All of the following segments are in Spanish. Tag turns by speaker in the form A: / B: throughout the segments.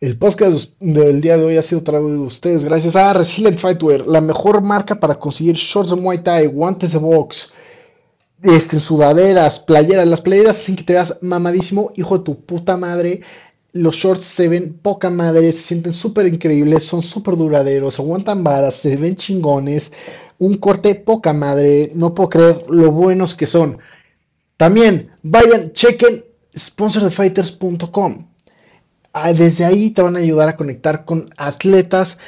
A: El podcast del día de hoy ha sido traído de ustedes gracias a Resilient Fightwear, la mejor marca para conseguir shorts de Muay Thai, guantes de box, este, sudaderas, playeras. Las playeras sin que te veas mamadísimo, hijo de tu puta madre. Los shorts se ven poca madre, se sienten súper increíbles, son súper duraderos, aguantan varas, se ven chingones. Un corte poca madre, no puedo creer lo buenos que son. También vayan, chequen sponsordefighters.com. Ah, Desde ahí te van a ayudar a conectar con atletas.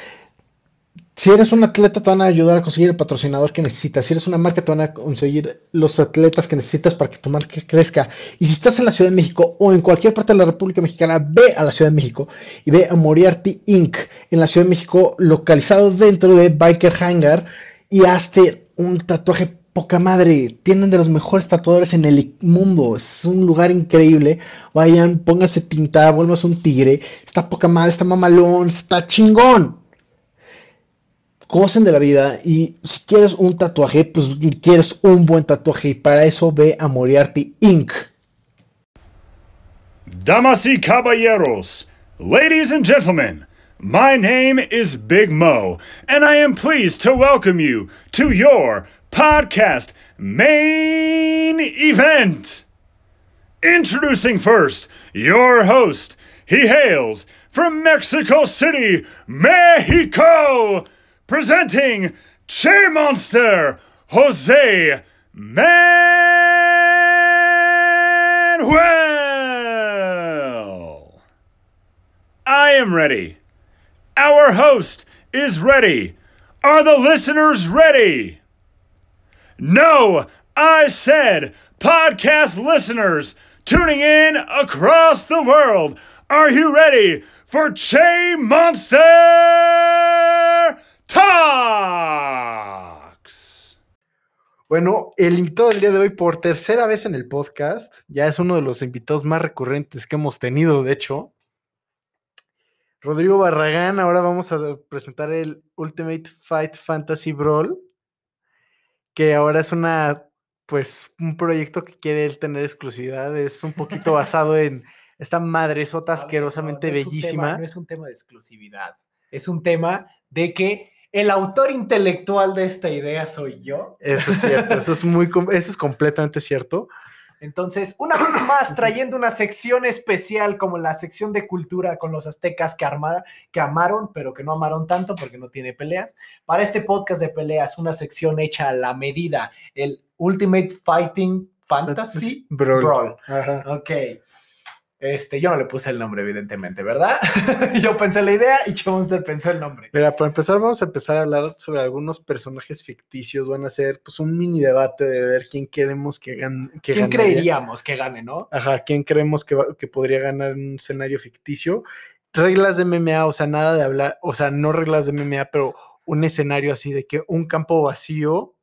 A: Si eres un atleta, te van a ayudar a conseguir el patrocinador que necesitas. Si eres una marca, te van a conseguir los atletas que necesitas para que tu marca crezca. Y si estás en la Ciudad de México o en cualquier parte de la República Mexicana, ve a la Ciudad de México y ve a Moriarty Inc. en la Ciudad de México, localizado dentro de Biker Hangar, y hazte un tatuaje poca madre. Tienen de los mejores tatuadores en el mundo. Es un lugar increíble. Vayan, pónganse tinta, vuelvas un tigre. Está poca madre, está mamalón, está chingón. Gocen de la vida y si quieres un tatuaje, pues quieres un buen tatuaje y para eso ve a Moriarty Inc.
B: Damas y caballeros, ladies and gentlemen, my name is Big Mo, and I am pleased to welcome you to your podcast main event. Introducing first your host. He hails from Mexico City, Mexico, presenting Che Monster Jose Manuel. I am ready. Our host is ready. Are the listeners ready? No, I said podcast listeners tuning in across the world. Are you ready for Che Monster Talks?
A: Bueno, el invitado del día de hoy por tercera vez en el podcast, ya es uno de los invitados más recurrentes que hemos tenido, de hecho. Rodrigo Barragán, ahora vamos a presentar el Ultimate Fight Fantasy Brawl, que ahora es una, pues, un proyecto que quiere él tener exclusividad, es un poquito basado en esta madresota asquerosamente
C: No, no, no es un
A: bellísima.
C: tema- no es un tema de exclusividad, es un tema de que el autor intelectual de esta idea soy yo.
A: Eso es cierto, eso es muy, com- eso es completamente cierto.
C: Entonces, una vez más, trayendo una sección especial como la sección de cultura con los aztecas que, arma- que amaron, pero que no amaron tanto porque no tiene peleas. Para este podcast de peleas, una sección hecha a la medida, el Ultimate Fighting Fantasy
A: Brawl.
C: Brawl.
A: Ajá.
C: Ok. Este, yo no le puse el nombre, evidentemente, ¿verdad? yo pensé la idea y Chonster pensó el nombre.
A: Mira, para empezar vamos a empezar a hablar sobre algunos personajes ficticios. Van a ser pues un mini debate de ver quién queremos que gane. Que
C: ¿Quién
A: ganaría.
C: creeríamos que gane, no?
A: Ajá, quién creemos que, va- que podría ganar en un escenario ficticio. Reglas de MMA, o sea, nada de hablar, o sea, no reglas de MMA, pero un escenario así de que un campo vacío.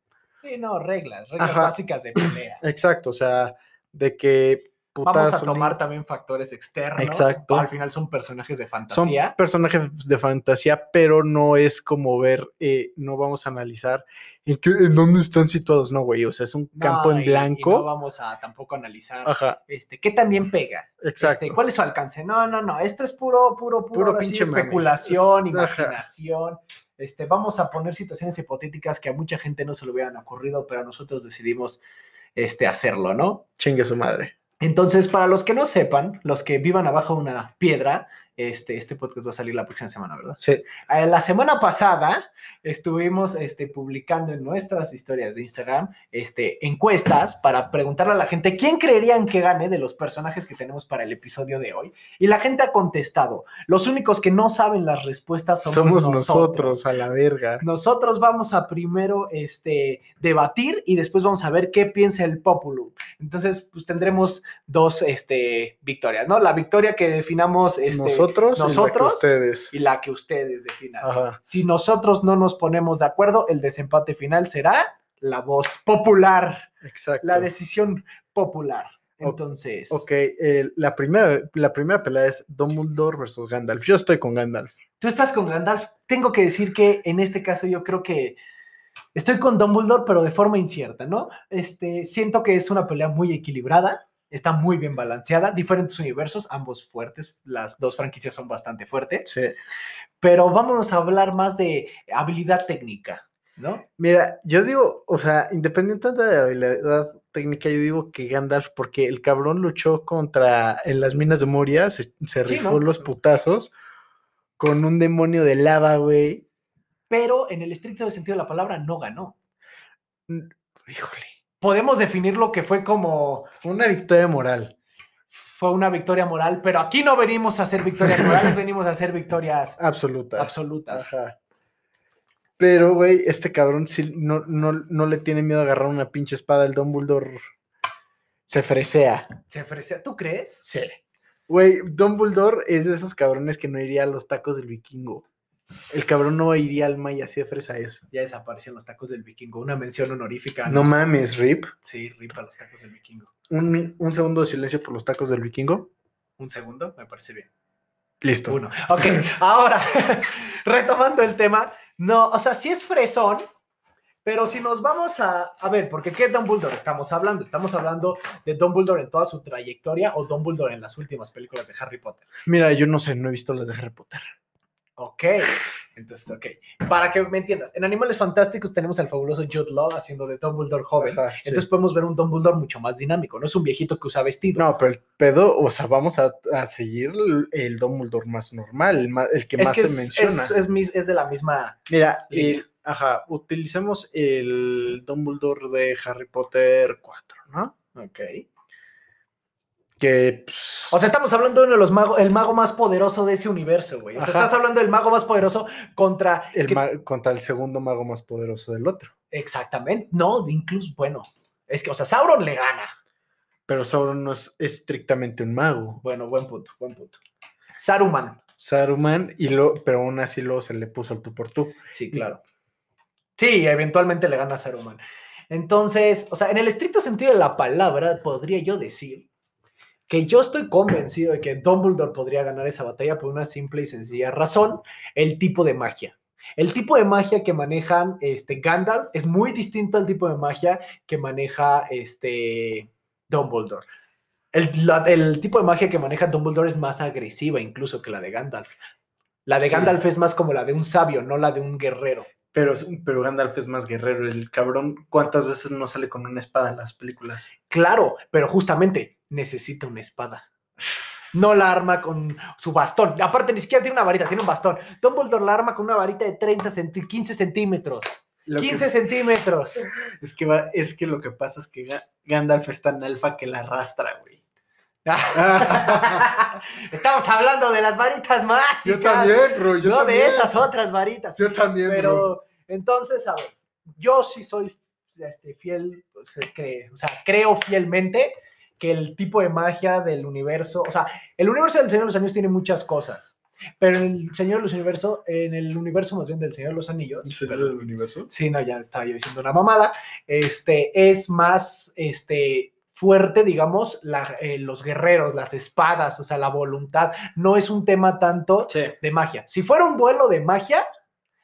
C: Sí, no, reglas, reglas
A: Ajá.
C: básicas de pelea.
A: Exacto, o sea, de que
C: Vamos a
A: putazo,
C: tomar también factores externos.
A: Exacto.
C: Al final son personajes de
A: son
C: fantasía.
A: personajes de fantasía, pero no es como ver, eh, no vamos a analizar en, qué- en dónde están situados, no, güey, o sea, es un
C: No,
A: campo
C: y-
A: en
C: y
A: blanco.
C: no vamos a tampoco analizar
A: Ajá,
C: este, qué también pega.
A: exacto.
C: Este, ¿Cuál es su alcance? No, no, no. Esto es puro, puro, puro,
A: Puro
C: ahora sí,
A: pinche mame.
C: especulación,
A: Es- ajá.
C: imaginación. Este, vamos a poner situaciones hipotéticas que a mucha gente no se le hubieran ocurrido, pero nosotros decidimos este, hacerlo, ¿no?
A: Chingue su madre.
C: Entonces, para los que no sepan, los que vivan abajo de una piedra, este, este podcast va a salir la próxima semana, ¿verdad?
A: Sí,
C: Eh, La semana pasada estuvimos este, publicando en nuestras historias de Instagram este, encuestas para preguntarle a la gente quién creerían que gane de los personajes que tenemos para el episodio de hoy. Y la gente ha contestado. Los únicos que no saben las respuestas somos,
A: somos, nosotros, a la verga.
C: Nosotros vamos a primero este, debatir y después vamos a ver qué piensa el populo. Entonces, pues tendremos dos este, victorias, ¿no? La victoria que definamos este,
A: nosotros, nosotros
C: nosotros
A: ustedes.
C: y la que ustedes definan.
A: Ajá.
C: Si nosotros no nos ponemos de acuerdo, el desempate final será la voz popular,
A: Exacto.
C: la decisión popular.
A: O-
C: Entonces,
A: Ok, eh, la, primera, la primera pelea es Dumbledore versus Gandalf. Yo estoy con Gandalf.
C: tú estás con Gandalf. Tengo que decir que en este caso yo creo que estoy con Dumbledore, pero de forma incierta, ¿no? Este, siento que es una pelea muy equilibrada. Está muy bien balanceada, diferentes universos, ambos fuertes, las dos franquicias son bastante fuertes,
D: Sí.
C: pero vámonos a hablar más de habilidad técnica, ¿no?
D: Mira, yo digo, o sea, independientemente de la habilidad técnica, yo digo que Gandalf, porque el cabrón luchó contra en las minas de Moria, se, se
C: Sí,
D: rifó
C: ¿no?
D: los putazos con un demonio de lava, güey.
C: Pero en el estricto sentido de la palabra no ganó.
D: Híjole,
C: Podemos definir lo que fue como
D: fue una victoria moral.
C: fue una victoria moral, pero aquí no venimos a hacer victorias morales, venimos a hacer victorias
D: Absoluta.
C: absolutas.
D: Ajá. Pero, güey, este cabrón sí no, no, no le tiene miedo a agarrar una pinche espada. El Dumbledore se fresea.
C: Se ofrece, ¿tú crees?
D: Sí. Güey, Dumbledore es de esos cabrones que no iría a los tacos del vikingo. El cabrón no iría al Maya, así de fresa es.
C: Ya desaparecieron los tacos del vikingo, una mención honorífica. a
D: No
C: los-
D: mames, Rip.
C: Sí, ripa los tacos del vikingo.
D: Un, un segundo de silencio por los tacos del vikingo.
C: Un segundo, me parece bien.
D: Listo.
C: Uno. Ok, ahora, retomando el tema, no, o sea, sí es fresón, pero si nos vamos a, a ver, porque ¿qué Dumbledore estamos hablando? Estamos hablando de Dumbledore en toda su trayectoria o Dumbledore en las últimas películas de Harry Potter.
D: Mira, yo no sé, no he visto las de Harry Potter.
C: Ok, entonces, ok. Para que me entiendas, en Animales Fantásticos tenemos al fabuloso Jude Law haciendo de Dumbledore joven.
D: Ajá, sí.
C: Entonces podemos ver un Dumbledore mucho más dinámico, no es un viejito que usa vestido.
D: No, pero el pedo, o sea, vamos a, a seguir el, el Dumbledore más normal, el, ma- el que
C: es
D: más se
C: que es,
D: menciona.
C: es- es mis- es de la misma...
D: Mira,
C: línea.
D: el- ajá, utilicemos el Dumbledore de Harry Potter 4, ¿no?
C: Ok.
D: Que, pues,
C: O sea, estamos hablando de uno de los magos, el mago más poderoso de ese universo, güey. O sea,
D: Ajá.
C: estás hablando del mago más poderoso contra.
D: el
C: que-
D: ma- contra el segundo mago más poderoso del otro.
C: Exactamente. No, incluso, bueno. Es que, o sea, Sauron le gana.
D: Pero Sauron no es estrictamente un mago.
C: Bueno, buen punto, buen punto. Saruman.
D: Saruman, y lo, pero aún así luego se le puso el tú por tú.
C: Sí, claro. Sí, eventualmente le gana a Saruman. Entonces, o sea, en el estricto sentido de la palabra, podría yo decir que yo estoy convencido de que Dumbledore podría ganar esa batalla por una simple y sencilla razón, el tipo de magia. El tipo de magia que manejan este Gandalf es muy distinto al tipo de magia que maneja este Dumbledore. El, la- el tipo de magia que maneja Dumbledore es más agresiva incluso que la de Gandalf. La de
D: Sí.
C: Gandalf es más como la de un sabio, no la de un guerrero.
D: Pero, es- pero Gandalf es más guerrero. El cabrón, ¿cuántas veces no sale con una espada en las películas?
C: Claro, pero justamente necesita una espada. No la arma con su bastón. Aparte, ni siquiera tiene una varita, tiene un bastón. Dumbledore la arma con una varita de 30 centí- 15 centímetros.
D: Lo que-
C: 15 centímetros.
D: es, que va- es que lo que pasa es que Ga- Gandalf es tan alfa que la arrastra, güey. Ah,
C: Estamos hablando de las varitas mágicas.
D: bro.
C: no de esas otras varitas.
D: Yo también,
C: Pero entonces, a ver, yo sí soy este, fiel, o sea, cre- o sea, creo fielmente que el tipo de magia del universo, o sea, el universo del Señor de los Anillos tiene muchas cosas, pero el Señor de los Universo, en el universo más bien del Señor de los Anillos, perdón,
D: universo?
C: sí, no, ya estaba yo diciendo una mamada, este, es más, este, fuerte, digamos, la- eh, los guerreros, las espadas, o sea, la voluntad, no es un tema tanto
D: Sí,
C: de magia. Si fuera un duelo de magia,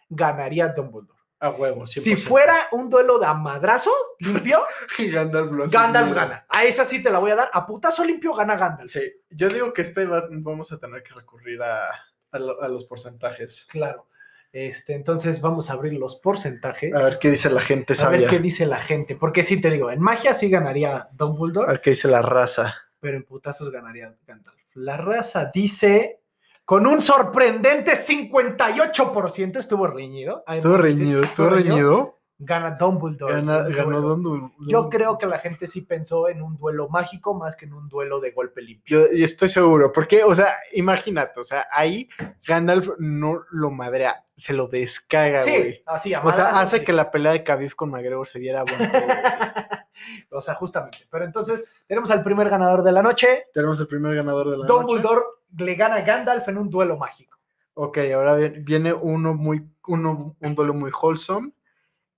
C: ganaría Dumbledore.
D: a huevo.
C: Si fuera un duelo de amadrazo limpio,
D: Gandalf
C: Gandalf gana. A esa sí te la voy a dar. A putazo limpio gana Gandalf.
D: Sí, yo digo que este va- vamos a tener que recurrir a, a lo- a los porcentajes.
C: Claro. Este, entonces vamos a abrir los porcentajes.
D: A ver qué dice la gente
C: A ver
D: sabia.
C: qué dice la gente. Porque sí te digo, en magia sí ganaría
D: A
C: Dumbledore,
D: ver qué dice la raza.
C: pero en putazos ganaría Gandalf. La raza dice. Con un sorprendente 58% estuvo reñido. Hay
D: Estuvo
C: muchos que sí,
D: reñido, estuvo reñido.
C: Gana Dumbledore.
D: Gana-
C: el
D: ganó
C: duelo.
D: Don Du-
C: Yo
D: Don-
C: creo que la gente sí pensó en un duelo mágico más que en un duelo de golpe limpio.
D: Yo, yo estoy seguro, porque, o sea, imagínate, o sea, ahí Gandalf no lo madrea, se lo descaga,
C: sí,
D: güey.
C: así,
D: o sea,
C: amarras,
D: hace
C: sí.
D: que la pelea de Khabib con McGregor se viera buena. güey.
C: O sea, justamente. Pero entonces, tenemos al primer ganador de la noche.
D: Tenemos el primer ganador de la noche.
C: Dumbledore le gana a Gandalf en un duelo mágico.
D: Ok, ahora vi- viene uno muy, uno, un duelo muy wholesome.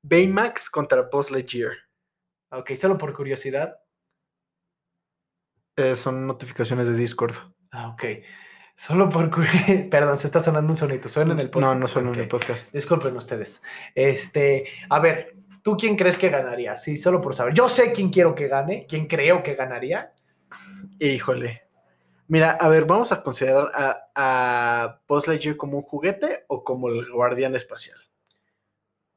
D: Baymax contra Buzz Lightyear.
C: Ok, solo por curiosidad.
D: Eh, son notificaciones de Discord.
C: Ah, ok. Solo por curiosidad. Perdón, se está sonando un sonito. Suena en el podcast.
D: No, no son en el
C: Ok.
D: podcast.
C: Disculpen ustedes. Este, a ver, ¿tú quién crees que ganaría? Sí, solo por saber. Yo sé quién quiero que gane, quién creo que ganaría,
D: Híjole. Mira, a ver, vamos a considerar a, a Buzz Lightyear como un juguete o como el guardián espacial.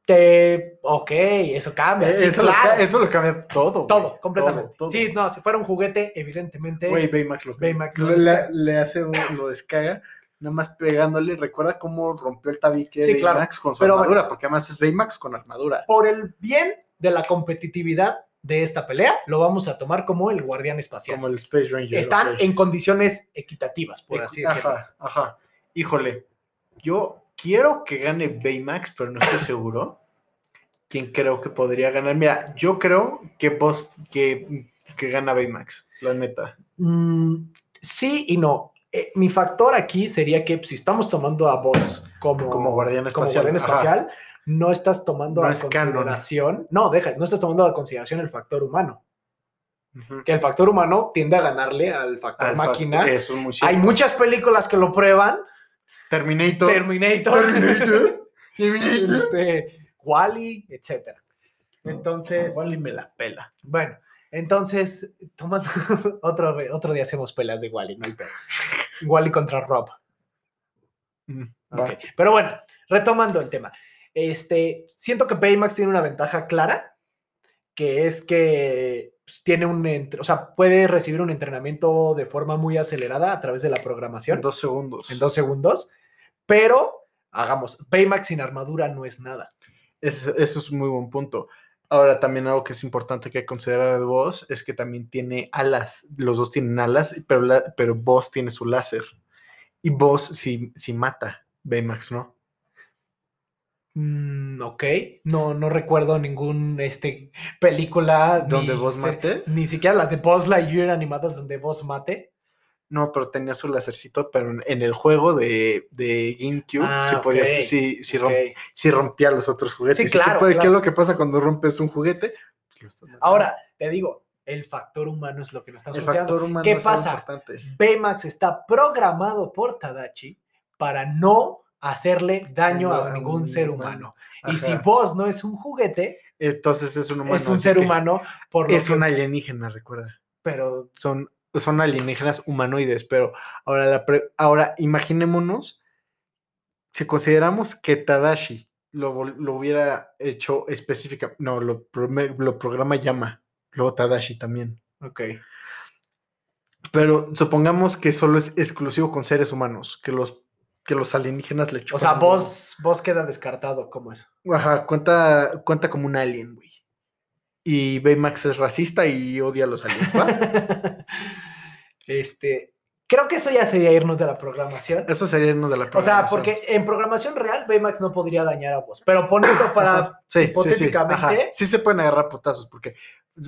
C: Te... Ok, eso cambia. Ah, sí,
D: eso,
C: claro.
D: lo, ca- eso lo cambia todo.
C: Todo,
D: güey.
C: completamente.
D: Todo, todo.
C: Sí, no, si fuera un juguete, evidentemente.
D: Güey, Baymax lo
C: Baymax lo
D: lo- la- le hace un- lo descaga, nada más pegándole. Recuerda cómo rompió el tabique
C: Sí,
D: Baymax
C: claro.
D: con su
C: Pero
D: armadura,
C: bueno.
D: porque además es Baymax con armadura.
C: Por el bien de la competitividad de esta pelea, lo vamos a tomar como el guardián espacial.
D: Como el Space Ranger.
C: Están
D: ok.
C: en condiciones equitativas, por así decirlo.
D: Ajá, ajá. Híjole, yo quiero que gane Baymax, pero no estoy seguro quién creo que podría ganar. Mira, yo creo que vos que, que gana Baymax, la neta.
C: Mm, sí y no. Eh, mi factor aquí sería que pues, si estamos tomando a vos como,
D: Como guardián
C: como
D: espacial,
C: guardián
D: ajá.
C: espacial, no estás tomando
D: No
C: a
D: es canon.
C: consideración. No, deja, no estás tomando a consideración el factor humano.
D: Ujú.
C: Que el factor humano tiende a ganarle al factor
D: Alpha,
C: máquina.
D: Eso es muy
C: Hay
D: cierto.
C: muchas películas que lo prueban.
D: Terminator.
C: Terminator.
D: Terminator. Terminator. Ah,
C: este, Wally, etcétera. Entonces,
D: Wally me la pela.
C: bueno, entonces, tomando otro, re- otro día hacemos pelas de Wally, no hay pedo. Wally contra Rob.
D: Mm,
C: Ok,
D: va.
C: Pero bueno, retomando el tema. Este, siento que Baymax tiene una ventaja clara, que es que pues, tiene un, entre- o sea, puede recibir un entrenamiento de forma muy acelerada a través de la programación
D: En dos segundos.
C: en dos segundos, pero hagamos, Baymax sin armadura no es nada.
D: Es- eso es muy buen punto. Ahora, también algo que es importante que considerar de Boss es que también tiene alas. Los dos tienen alas, pero, la, pero Boss tiene su láser. Y Boss si, si mata, Baymax no.
C: Mm, ok, no, no recuerdo ningún este, película
D: ¿Donde
C: Ah, ni
D: Boss
C: se-
D: mate?
C: Ni siquiera las de Buzz Lightyear animadas donde Buzz mate.
D: No, pero tenía su lásercito, pero en, en el juego de, de GameCube
C: Ah,
D: sí podías-
C: ok,
D: sí- sí rom-
C: Ok.
D: sí rompía los otros juguetes.
C: Sí,
D: Y si tú
C: claro,
D: puedes- ¿Qué
C: claro.
D: es lo que pasa cuando rompes un juguete? Pues lo estás matando.
C: Ahora, te digo, el factor humano es lo que nos está
D: el
C: asociando.
D: factor humano
C: ¿Qué
D: es algo
C: pasa?
D: importante.
C: Baymax está programado por Tadachi para no hacerle daño
D: Daño
C: a
D: a
C: ningún
D: un
C: ser humano.
D: humano.
C: Y si
D: Ajá.
C: Buzz no es un juguete,
D: Entonces es un humano.
C: es un
D: así
C: ser
D: que
C: humano, por lo
D: Es
C: que-
D: un alienígena, recuerda.
C: pero
D: son, son alienígenas humanoides, pero ahora, la pre- ahora imaginémonos, si consideramos que Tadashi lo, vol- lo hubiera hecho específica, no, lo, prome- lo programa Yama, luego Tadashi también,
C: Ok.
D: pero supongamos que solo es exclusivo con seres humanos, que los, que los alienígenas le
C: O sea,
D: chupan un
C: vos, vos queda descartado como eso.
D: huevo. Ajá, cuenta, cuenta como un alien, güey. Y Baymax es racista y odia a los aliens, ¿va?
C: este, creo que eso ya sería irnos de la programación.
D: Eso sería uno de la
C: O sea,
D: programación.
C: porque en programación real Baymax no podría dañar a vos, pero poniendo para...
D: Sí, sí, sí,
C: hipotéticamente-
D: ajá, Sí, se pueden agarrar potazos porque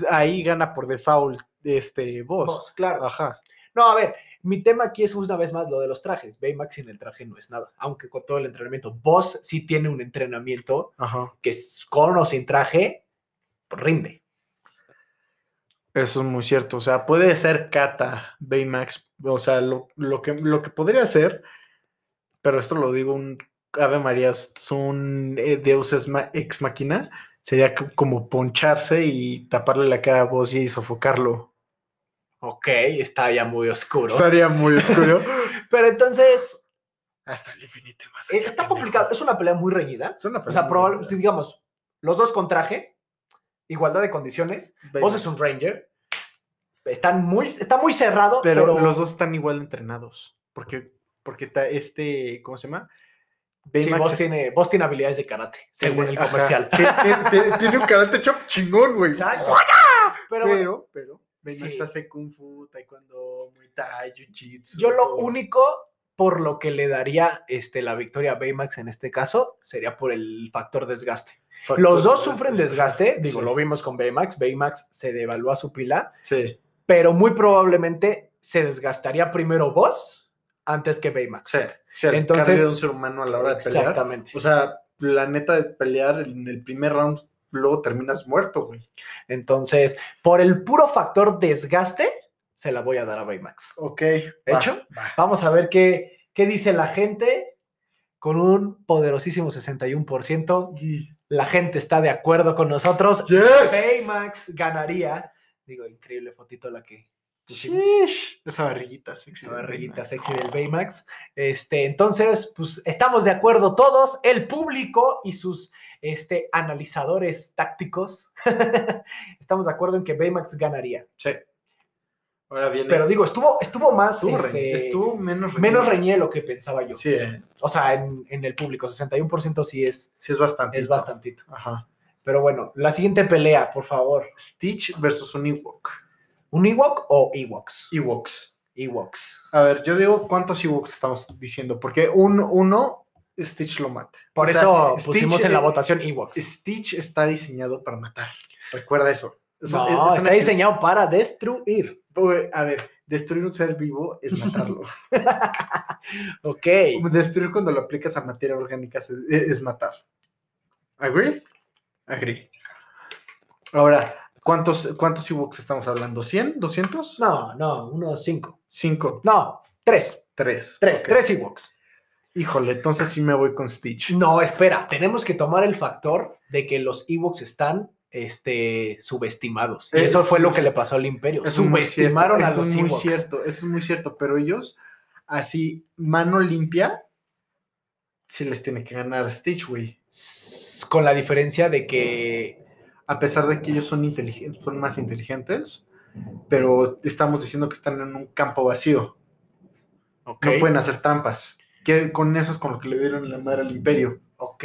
D: ahí gana por default este boss.
C: vos, claro.
D: Ajá.
C: No, a ver, mi tema aquí es una vez más lo de los trajes. Baymax sin el traje no es nada, aunque con todo el entrenamiento. Vos sí tiene un entrenamiento
D: Ajá.
C: que es con o sin traje, rinde.
D: Eso es muy cierto. O sea, puede ser Kata Baymax. O sea, lo, lo que, lo que podría ser, pero esto lo digo un Ave María, es un eh, Deus es ma- ex máquina. Sería co- como poncharse y taparle la cara a Boss y sofocarlo.
C: Ok, está ya muy oscuro.
D: Estaría muy oscuro.
C: Pero entonces,
D: Hasta el infinito y más.
C: eh,
D: allá,
C: está
D: pendejo.
C: complicado. Es una pelea muy reñida.
D: Es una
C: O sea,
D: persona-
C: probablemente, si digamos, los dos con traje, igualdad de condiciones, vos
D: Baymax.
C: es un ranger, están muy, está muy cerrado, pero,
D: Pero, los dos están igual de entrenados. Porque, porque ta- este, ¿cómo se llama?
C: sí, vos,
D: es-
C: tiene, vos tiene habilidades de karate,
D: tiene-
C: según el
D: ajá,
C: comercial.
D: tiene- tiene- Tiene un karate chop chingón, güey.
C: Exacto. Pero,
D: Pero,
C: bueno,
D: pero, Baymax
C: Sí.
D: hace kung fu, taekwondo, muay thai, jiu-jitsu.
C: yo lo
D: todo.
C: único por lo que le daría este, la victoria a Baymax en este caso sería por el factor desgaste.
D: Factor
C: Los dos
D: desgaste.
C: sufren desgaste, digo,
D: Sí.
C: lo vimos con Baymax, Baymax se devalúa su pila,
D: Sí,
C: pero muy probablemente se desgastaría primero vos antes que Baymax.
D: sí. sí, el
C: Entonces-
D: cardio de un ser humano a la hora de pelear.
C: Exactamente.
D: O sea, la neta de pelear en el primer round, luego terminas muerto, güey.
C: Entonces, por el puro factor desgaste, se la voy a dar a Baymax.
D: Ok.
C: ¿Hecho?
D: va.
C: Vamos a ver qué, qué dice la gente con un poderosísimo 61%. La gente está de acuerdo con nosotros.
D: Yes.
C: Baymax ganaría. Digo, increíble fotito la que
D: Sheesh, Pues Esa barriguita sexy.
C: La barriguita sexy del Baymax. Este, entonces, pues estamos de acuerdo todos, el público y sus este, analizadores tácticos. estamos de acuerdo en que Baymax ganaría.
D: Sí. Ahora viene.
C: Pero digo, estuvo, estuvo más.
D: estuvo, re-
C: este,
D: estuvo menos reñido.
C: menos reñido de lo que pensaba yo.
D: Sí, eh,
C: O sea, en, en el público, 61% sí es,
D: sí es bastante.
C: es bastantito.
D: Ajá.
C: Pero bueno, la siguiente pelea, por favor.
D: Stitch versus un Ewok.
C: ¿Un Ewok o Ewoks?
D: Ewoks.
C: Ewoks.
D: A ver, yo digo cuántos Ewoks estamos diciendo, porque un uno Stitch lo mata.
C: Por
D: O sea,
C: eso
D: Stitch,
C: pusimos en la
D: eh,
C: votación Ewoks.
D: Stitch está diseñado para matar. Recuerda eso. Es-
C: no,
D: es- es
C: está
D: una-
C: diseñado para destruir.
D: Uy, A ver, destruir un ser vivo es matarlo.
C: Ok.
D: destruir cuando lo aplicas a materia orgánica es, es matar. ¿Agree? Agree. Ahora, ¿cuántos, cuántos Ewoks estamos hablando? ¿100? ¿200?
C: No, no, unos cinco.
D: 5.
C: No, tres.
D: 3.
C: Tres, tres Ewoks.
D: Híjole, entonces sí me voy con Stitch.
C: No, espera, tenemos que tomar el factor de que los Ewoks están este, subestimados. Y
D: Eh,
C: eso
D: sí,
C: fue lo
D: sí.
C: que le pasó al Imperio.
D: Eso es muy
C: Subestimaron
D: cierto,
C: a
D: eso
C: los
D: es muy
C: Ewoks.
D: cierto, eso es muy cierto, pero ellos, así, mano limpia, sí les tiene que ganar Stitch, güey.
C: S- Con la diferencia de que.
D: A pesar de que ellos son, inteligentes, son más inteligentes, pero estamos diciendo que están en un campo vacío.
C: Ok.
D: No pueden hacer trampas. Que con eso es con lo que le dieron la madre al imperio.
C: Ok.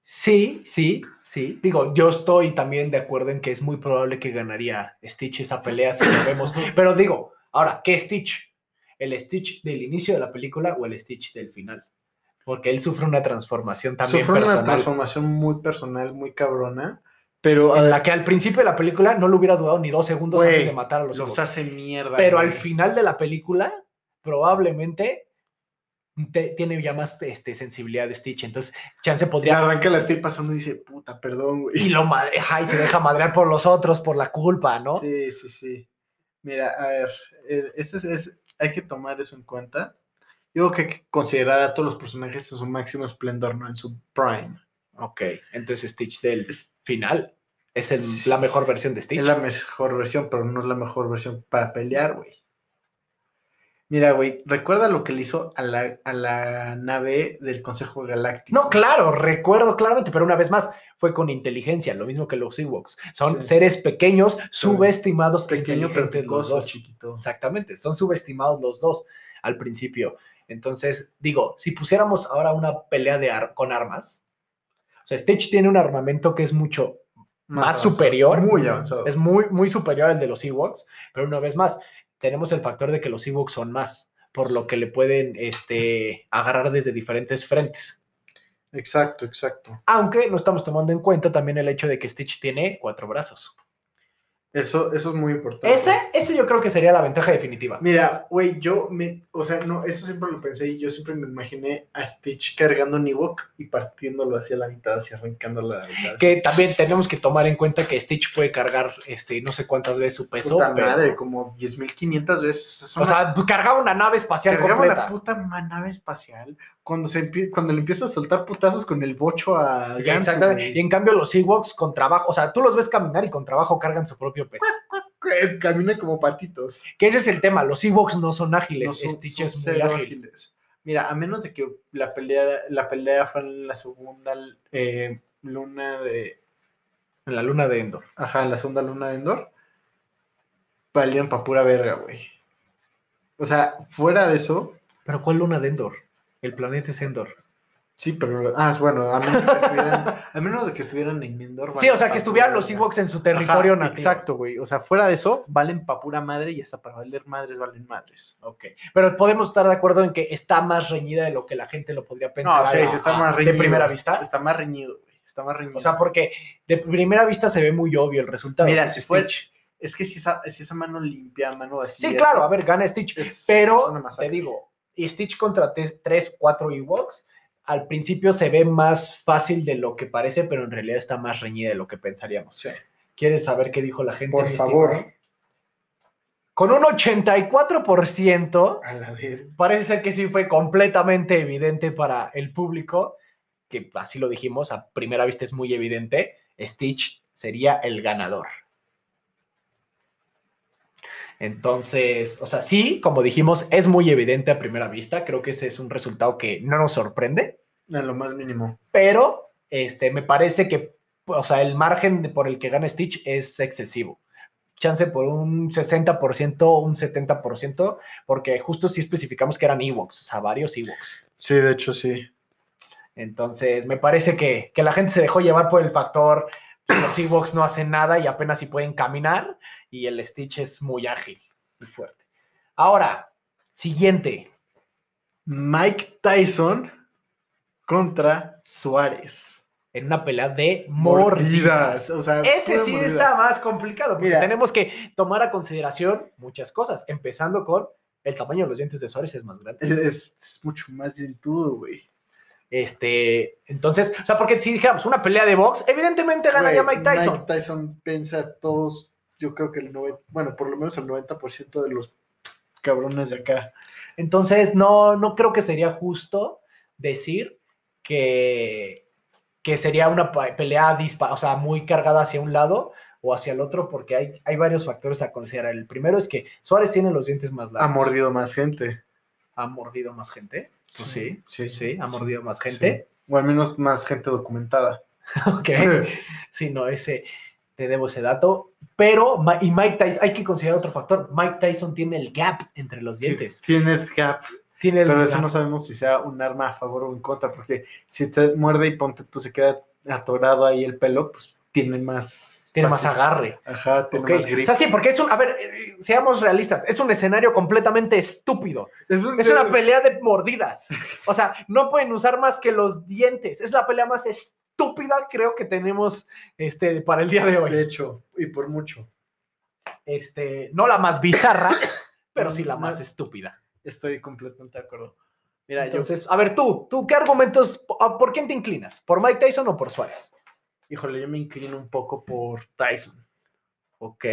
C: Sí, sí, sí. Digo, yo estoy también de acuerdo en que es muy probable que ganaría Stitch esa pelea si lo vemos. Pero digo, ahora, ¿qué Stitch? ¿El Stitch del inicio de la película o el Stitch del final? Porque él sufre una transformación también
D: Sufrió una
C: personal.
D: transformación muy personal, muy cabrona, pero a
C: En
D: ver,
C: la que al principio de la película no lo hubiera dudado ni dos segundos
D: Güey,
C: antes de matar a los
D: los,
C: Ewoks.
D: hace mierda.
C: Pero
D: güey.
C: al final de la película, probablemente te- tiene ya más este, sensibilidad de Stitch. Entonces, Chance
D: Le
C: podría
D: arranca las tripas a uno y dice, puta, perdón, güey.
C: y lo madre, ajá, y se deja madrear por los otros, por la culpa, ¿no?
D: Sí, sí, sí. Mira, a ver, eh, este es, es- hay que tomar eso en cuenta. Yo creo que hay que considerar a todos los personajes en su máximo esplendor, no en su prime.
C: Ok, entonces Stitch es el final. Es el-
D: Sí.
C: la mejor versión de Stitch.
D: Es la mejor versión, pero no es la mejor versión para pelear, güey. Mira, güey, recuerda lo que le hizo a la, a la nave del Consejo Galáctico.
C: No, claro, recuerdo claramente, pero una vez más, fue con inteligencia, lo mismo que los Ewoks. Son
D: Sí.
C: seres pequeños, subestimados, e
D: pequeño, pero
C: inteligentes los
D: picoso,
C: dos.
D: chiquito.
C: Exactamente, son subestimados los dos al principio. Entonces, digo, si pusiéramos ahora una pelea de ar- con armas, o sea, Stitch tiene un armamento que es mucho más,
D: avanzado,
C: superior.
D: Muy avanzado.
C: Es muy, muy superior al de los Ewoks, pero una vez más, tenemos el factor de que los Ewoks son más, por lo que le pueden este, agarrar desde diferentes frentes.
D: Exacto, exacto.
C: Aunque no estamos tomando en cuenta también el hecho de que Stitch tiene cuatro brazos.
D: Eso, eso es muy importante.
C: Ese, ese yo creo que sería la ventaja definitiva.
D: Mira, güey, yo me, o sea, no, eso siempre lo pensé y yo siempre me imaginé a Stitch cargando un Ewok y partiéndolo hacia la mitad, así arrancándolo a la mitad.
C: Que también tenemos que tomar en cuenta que Stitch puede cargar este, no sé cuántas veces su
D: así.
C: peso.
D: Puta
C: pero-
D: madre, como 10.500 veces. Es
C: o
D: una-
C: sea, cargaba una nave espacial
D: cargaba
C: completa.
D: la puta ma- nave espacial cuando, se, empie- cuando le empieza a soltar putazos con el bocho a
C: Ya,
D: Gantu,
C: Exactamente. Y
D: güey.
C: en cambio los Ewoks con trabajo, o sea, tú los ves caminar y con trabajo cargan su propio peso.
D: Eh, Camina como patitos.
C: Que ese es el tema, los Ewoks no son ágiles,
D: No son-
C: Stitch
D: son
C: es muy
D: cero
C: ágil.
D: ágiles. Mira, a menos de que la pelea, la pelea fue en la segunda eh, luna de,
C: En la luna de Endor.
D: Ajá, en la segunda luna de Endor. Valieron para pura verga, güey. O sea, fuera de eso,
C: ¿Pero cuál luna de Endor? El planeta es Endor.
D: sí, pero. Ah, bueno, a menos de que estuvieran, a menos de que estuvieran en Endor.
C: Sí, o
D: valen
C: sea,
D: pa'
C: que estuvieran
D: pura
C: los
D: verga.
C: Ewoks en su territorio
D: Ajá,
C: nativo.
D: Exacto, güey. O sea, fuera de eso, valen para pura madre y hasta para valer madres, valen madres.
C: Ok. Pero podemos estar de acuerdo en que está más reñida de lo que la gente lo podría pensar.
D: o sea,
C: a-
D: sí, está
C: a-
D: más
C: De
D: reñido,
C: primera
D: está-
C: vista.
D: Está más reñido, güey. Está más reñido.
C: O sea, porque de primera vista se ve muy obvio el resultado.
D: Mira,
C: Es
D: si fue-
C: Stitch.
D: es que si esa, si esa mano limpia, mano vacía.
C: Sí, claro, a ver, gana Stitch.
D: es una
C: Pero
D: masacre.
C: te digo, y Stitch contra 3, 4 Ewoks, al principio se ve más fácil de lo que parece, pero en realidad está más reñida de lo que pensaríamos.
D: Sí.
C: ¿Quieres saber qué dijo la gente?
D: Por
C: mi
D: favor.
C: estimado? Con un 84%,
D: A la verga.
C: parece ser que sí fue completamente evidente para el público, que así lo dijimos, a primera vista es muy evidente, Stitch sería el ganador. Entonces, o sea, sí, como dijimos, es muy evidente a primera vista. Creo que ese es un resultado que no nos sorprende,
D: En lo más mínimo.
C: pero este, me parece que, o sea, el margen de- por el que gana Stitch es excesivo. Chance por un 60% o un 70%, porque justo sí especificamos que eran Ewoks, o sea, varios Ewoks.
D: Sí, de hecho, sí.
C: Entonces, me parece que, que la gente se dejó llevar por el factor pues, los Ewoks no hacen nada y apenas si pueden caminar y el Stitch es muy ágil y fuerte. Ahora, siguiente.
D: Mike Tyson contra Suárez.
C: En una pelea de mordidas.
D: O sea,
C: Ese
D: pura
C: sí
D: mordida.
C: está más complicado porque
D: Mira.
C: tenemos que tomar a consideración muchas cosas, empezando con el tamaño de los dientes de Suárez es más grande.
D: Es, es mucho más dentudo, güey.
C: Este, entonces, o sea, porque si dijéramos una pelea de box, evidentemente gana
D: Güey,
C: ya Mike Tyson.
D: Mike Tyson piensa a todos, yo creo que el 90, bueno, por lo menos el 90% de los cabrones de acá.
C: Entonces, no, no creo que sería justo decir que, que sería una pa- pelea dispa- o sea, muy cargada hacia un lado o hacia el otro, porque hay, hay varios factores a considerar. El primero es que Suárez tiene los dientes más
D: Ha
C: largos.
D: mordido más gente.
C: ha mordido más gente. Pues sí,
D: sí,
C: sí, ha mordido más gente.
D: sí. O al menos más gente documentada.
C: Ok. Sí, no, ese te debo ese dato. Pero, Ma- y Mike Tyson, hay que considerar otro factor. Mmike Tyson tiene el gap entre los dientes.
D: Tiene el gap,
C: Tiene el
D: pero eso
C: gap.
D: no sabemos si sea un arma a favor o en contra, porque si te muerde y ponte tú se queda atorado ahí el pelo, pues tiene más.
C: tiene más
D: fácil-
C: agarre.
D: Ajá, tiene
C: Ok,
D: más grip.
C: O sea, sí, porque es un. A ver, eh, seamos realistas. Es un escenario completamente estúpido.
D: es, un-
C: Es una pelea de mordidas. O sea, no pueden usar más que los dientes. Es la pelea más estúpida, creo que tenemos este, para el día de
D: De
C: hoy.
D: hecho, y por mucho.
C: Este, no la más bizarra, pero sí la más estúpida.
D: Estoy completamente de acuerdo.
C: Mira,
D: yo-
C: Entonces, a ver, tú, tú, ¿qué argumentos? ah, ¿Por por quién te inclinas? ¿Por Mike Tyson o por Suárez?
D: Híjole, yo me inclino un poco por Tyson.
C: Ok.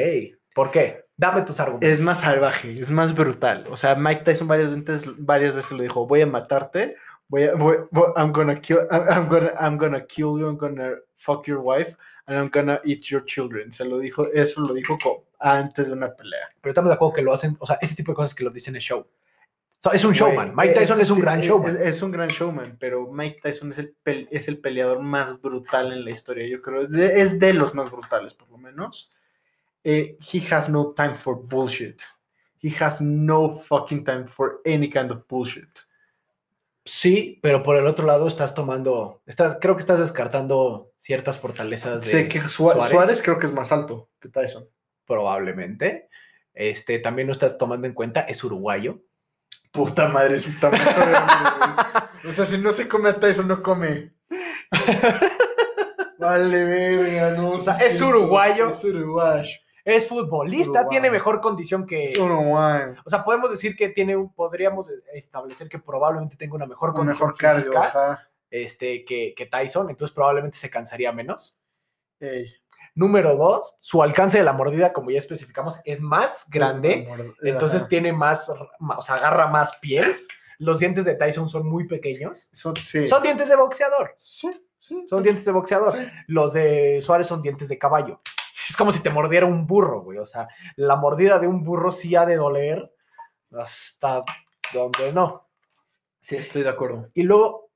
C: ¿Por qué? Dame tus argumentos.
D: Es más salvaje, es más brutal. O sea, Mike Tyson varias veces, varias veces lo dijo, voy a matarte, voy a, voy- voy- I'm gonna kill, I'm, I'm gonna, I'm gonna kill you, I'm gonna fuck your wife, and I'm gonna eat your children. Se lo dijo, eso lo dijo co- antes de una pelea.
C: pero estamos de acuerdo que lo hacen, o sea, ese tipo de cosas que lo dicen es show. O sea, es un
D: Güey,
C: showman. Mike Tyson es, un
D: sí,
C: gran showman.
D: Es, es un gran showman, pero Mike Tyson es el, pel- es el peleador más brutal en la historia, yo creo. Es de, es de los más brutales, por lo menos. Eh, he has no time for bullshit. He has no fucking time for any kind of bullshit.
C: sí, pero por el otro lado estás tomando, estás, creo que estás descartando ciertas fortalezas de
D: Sé que Sua- Suárez. creo que es más alto que Tyson.
C: probablemente. Este, también no estás tomando en cuenta, es uruguayo.
D: Puta madre, es un tamaño de hombre, güey. O sea, si no se come a Tyson, no come. Vale, verga, no.
C: sea,
D: sí,
C: es
D: sí,
C: uruguayo.
D: Es uruguayo.
C: Es futbolista,
D: Uruguayo.
C: tiene mejor condición que...
D: Es uruguayo.
C: O sea, podemos decir que tiene, un- podríamos establecer que probablemente tenga una mejor
D: un
C: condición
D: mejor cardio,
C: física
D: ajá.
C: este, que, que Tyson, entonces probablemente se cansaría menos.
D: Ey,
C: Número dos, su alcance de la mordida, como ya especificamos, es más grande.
D: una mordida,
C: Entonces
D: ajá.
C: tiene más, r- ma- o sea, agarra más piel. Los dientes de Tyson son muy pequeños.
D: Son, sí.
C: Son dientes de boxeador.
D: Sí, sí,
C: Son
D: sí,
C: dientes de boxeador.
D: sí.
C: Los de Suárez son dientes de caballo. Es como si te mordiera un burro, güey. O sea, la mordida de un burro sí ha de doler hasta donde no.
D: Sí, estoy de acuerdo.
C: Y luego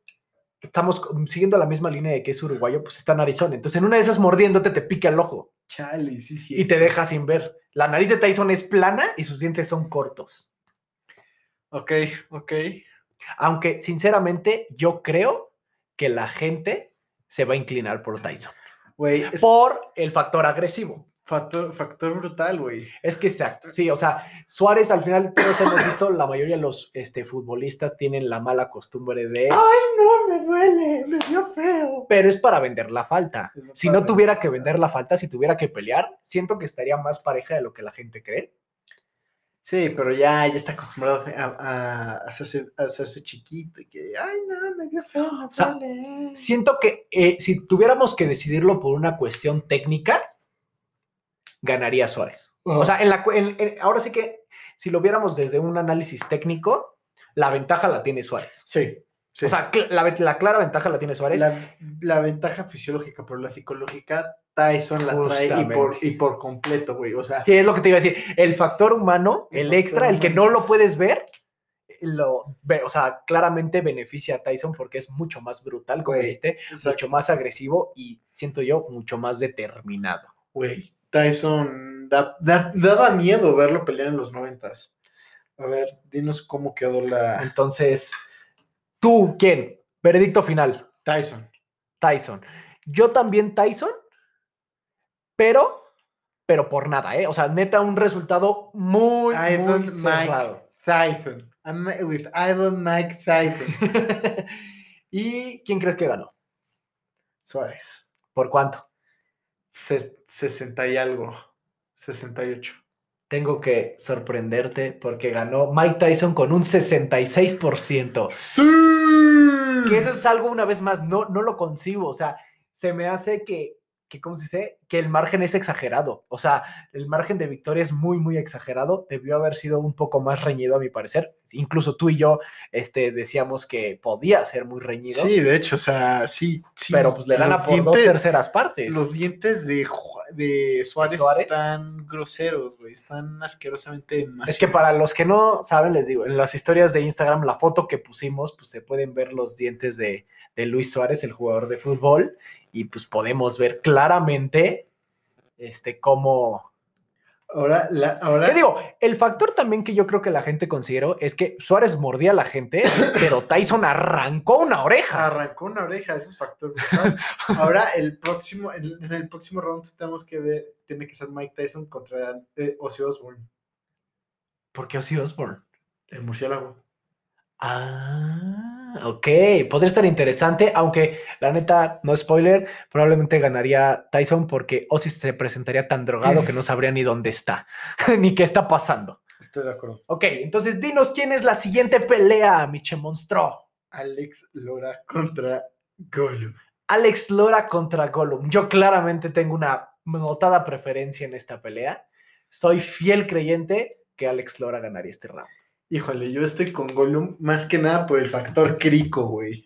C: estamos co- siguiendo la misma línea de que es uruguayo, pues está en Arizona. Entonces, en una de esas mordiéndote te pica el ojo.
D: Chale, sí, sí.
C: y te deja sin ver. La nariz de Tyson es plana y sus dientes son cortos.
D: Ok, ok.
C: Aunque, sinceramente, yo creo que la gente se va a inclinar por Tyson.
D: Güey, es
C: Por el factor agresivo.
D: factor, factor brutal, güey.
C: Es que exacto. Sí, o sea, Suárez al final todos hemos visto, la mayoría de los este, futbolistas tienen la mala costumbre de...
D: no, me duele, me dio feo.
C: Pero es para vender la falta.
D: Es
C: Si
D: para
C: no tuviera
D: vender
C: que
D: la
C: vender la falta, si tuviera que pelear, siento que estaría más pareja de lo que la gente cree.
D: Sí, pero ya, ya está acostumbrado a, a hacerse, a hacerse chiquito y que, ay, no, me dio feo, me
C: sea,
D: duele.
C: Siento que eh, si tuviéramos que decidirlo por una cuestión técnica, ganaría Suárez. O sea, en la, cu- en- en- ahora sí que si lo viéramos desde un análisis técnico, la ventaja la tiene Suárez.
D: sí, Sí.
C: O sea, cl- la, ve- la clara ventaja la tiene Suárez.
D: La, la ventaja fisiológica, pero la psicológica, Tyson la trae y por,
C: Justamente.
D: y por completo, güey. O sea,
C: Sí, es lo que te iba a decir. El factor humano, el,
D: El
C: extra,
D: factor
C: el que no
D: humano.
C: lo puedes ver, lo, ve- o sea, claramente beneficia a Tyson porque es mucho más brutal, como
D: Güey,
C: dijiste,
D: o sea,
C: mucho más agresivo y siento yo mucho más determinado.
D: güey, Tyson da- da- daba miedo verlo pelear en los noventas. A ver, dinos cómo quedó la
C: Entonces, tú, ¿quién? Veredicto final,
D: Tyson.
C: Tyson. Yo también Tyson, pero, pero por nada, ¿eh? O sea, neta, un resultado muy,
D: I
C: muy
D: don't
C: cerrado.
D: Mike Tyson. I'm with Ivan Mike Tyson.
C: ¿Y quién crees que ganó?
D: Suárez.
C: ¿Por cuánto?
D: Se- 60 y algo. 68.
C: Tengo que sorprenderte porque ganó Mike Tyson con un 66%.
D: ¡Sí!
C: Que eso es algo, una vez más, no, no lo concibo. O sea, se me hace que, que, ¿cómo se dice? Que el margen es exagerado. O sea, el margen de victoria es muy, muy exagerado. Debió haber sido un poco más reñido, a mi parecer. Incluso tú y yo este, decíamos que podía ser muy reñido.
D: Sí, de hecho, o sea, sí, sí.
C: Pero pues le
D: los
C: gana por dos
D: dientes-
C: terceras partes.
D: Los dientes de, Ju- de Suárez,
C: ¿Suárez?
D: están groseros, güey. Están asquerosamente más.
C: Es que para los que no saben, les digo, en las historias de Instagram, la foto que pusimos, pues se pueden ver los dientes de, de Luis Suárez, el jugador de fútbol, y pues podemos ver claramente este cómo...
D: Ahora, la, ahora.
C: ¿Qué digo? El factor también que yo creo que la gente consideró es que Suárez mordía a la gente, pero Tyson arrancó una oreja.
D: Arrancó una oreja, ese es factor. brutal. Ahora, el próximo, en, en el próximo round tenemos que ver, tiene que ser Mike Tyson contra eh, Ozzy Osbourne,
C: ¿Por qué Ozzy Osbourne?
D: el murciélago.
C: Ah, ok. Podría estar interesante, aunque la neta, no spoiler, probablemente ganaría Tyson porque Ozzy se presentaría tan drogado que no sabría ni dónde está, ni qué está pasando.
D: Estoy de acuerdo.
C: Ok, entonces dinos quién es la siguiente pelea, Miche Monstro.
D: Alex Lora contra Gollum.
C: Alex Lora contra Gollum. Yo claramente tengo una notada preferencia en esta pelea. Soy fiel creyente que Alex Lora ganaría este round.
D: Híjole, yo estoy con Gollum más que nada por el factor crico, güey.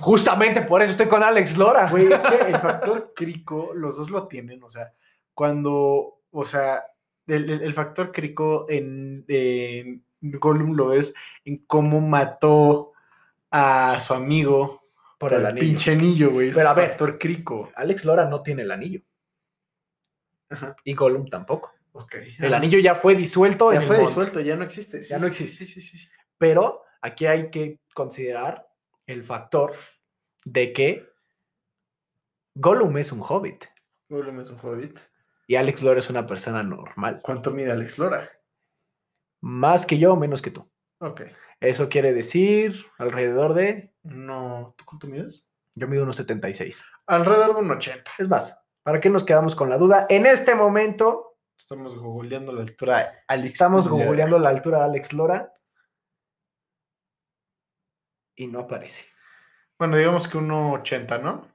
C: Justamente por eso estoy con Alex Lora.
D: Güey, es que el factor crico, los dos lo tienen, o sea, cuando, o sea, el, el- el factor crico en, en Gollum lo es en cómo mató a su amigo
C: por el anillo.
D: pinche anillo, güey.
C: Pero
D: Pero
C: a ver.
D: factor crico.
C: Alex Lora no tiene el anillo.
D: Ajá,
C: Y Gollum tampoco.
D: ok.
C: El anillo ya fue disuelto
D: ya
C: en el
D: fue
C: monte,
D: disuelto, ya no existe. sí,
C: Ya no
D: sí,
C: existe.
D: sí, sí, sí.
C: Pero aquí hay que considerar el factor de que Gollum es un hobbit
D: Gollum es un hobbit.
C: y Alex Lora es una persona normal.
D: ¿Cuánto mide Alex Lora?
C: Más que yo, menos que tú.
D: Ok.
C: Eso quiere decir alrededor de...
D: No, ¿tú cuánto mides?
C: Yo mido unos 76.
D: Alrededor de un 80.
C: Es más, ¿para qué nos quedamos con la duda? En este momento
D: Estamos googleando la altura. Alex
C: estamos
D: Lora.
C: googleando la altura de Alex Lora y no aparece.
D: Bueno, digamos que 1.80, ¿no?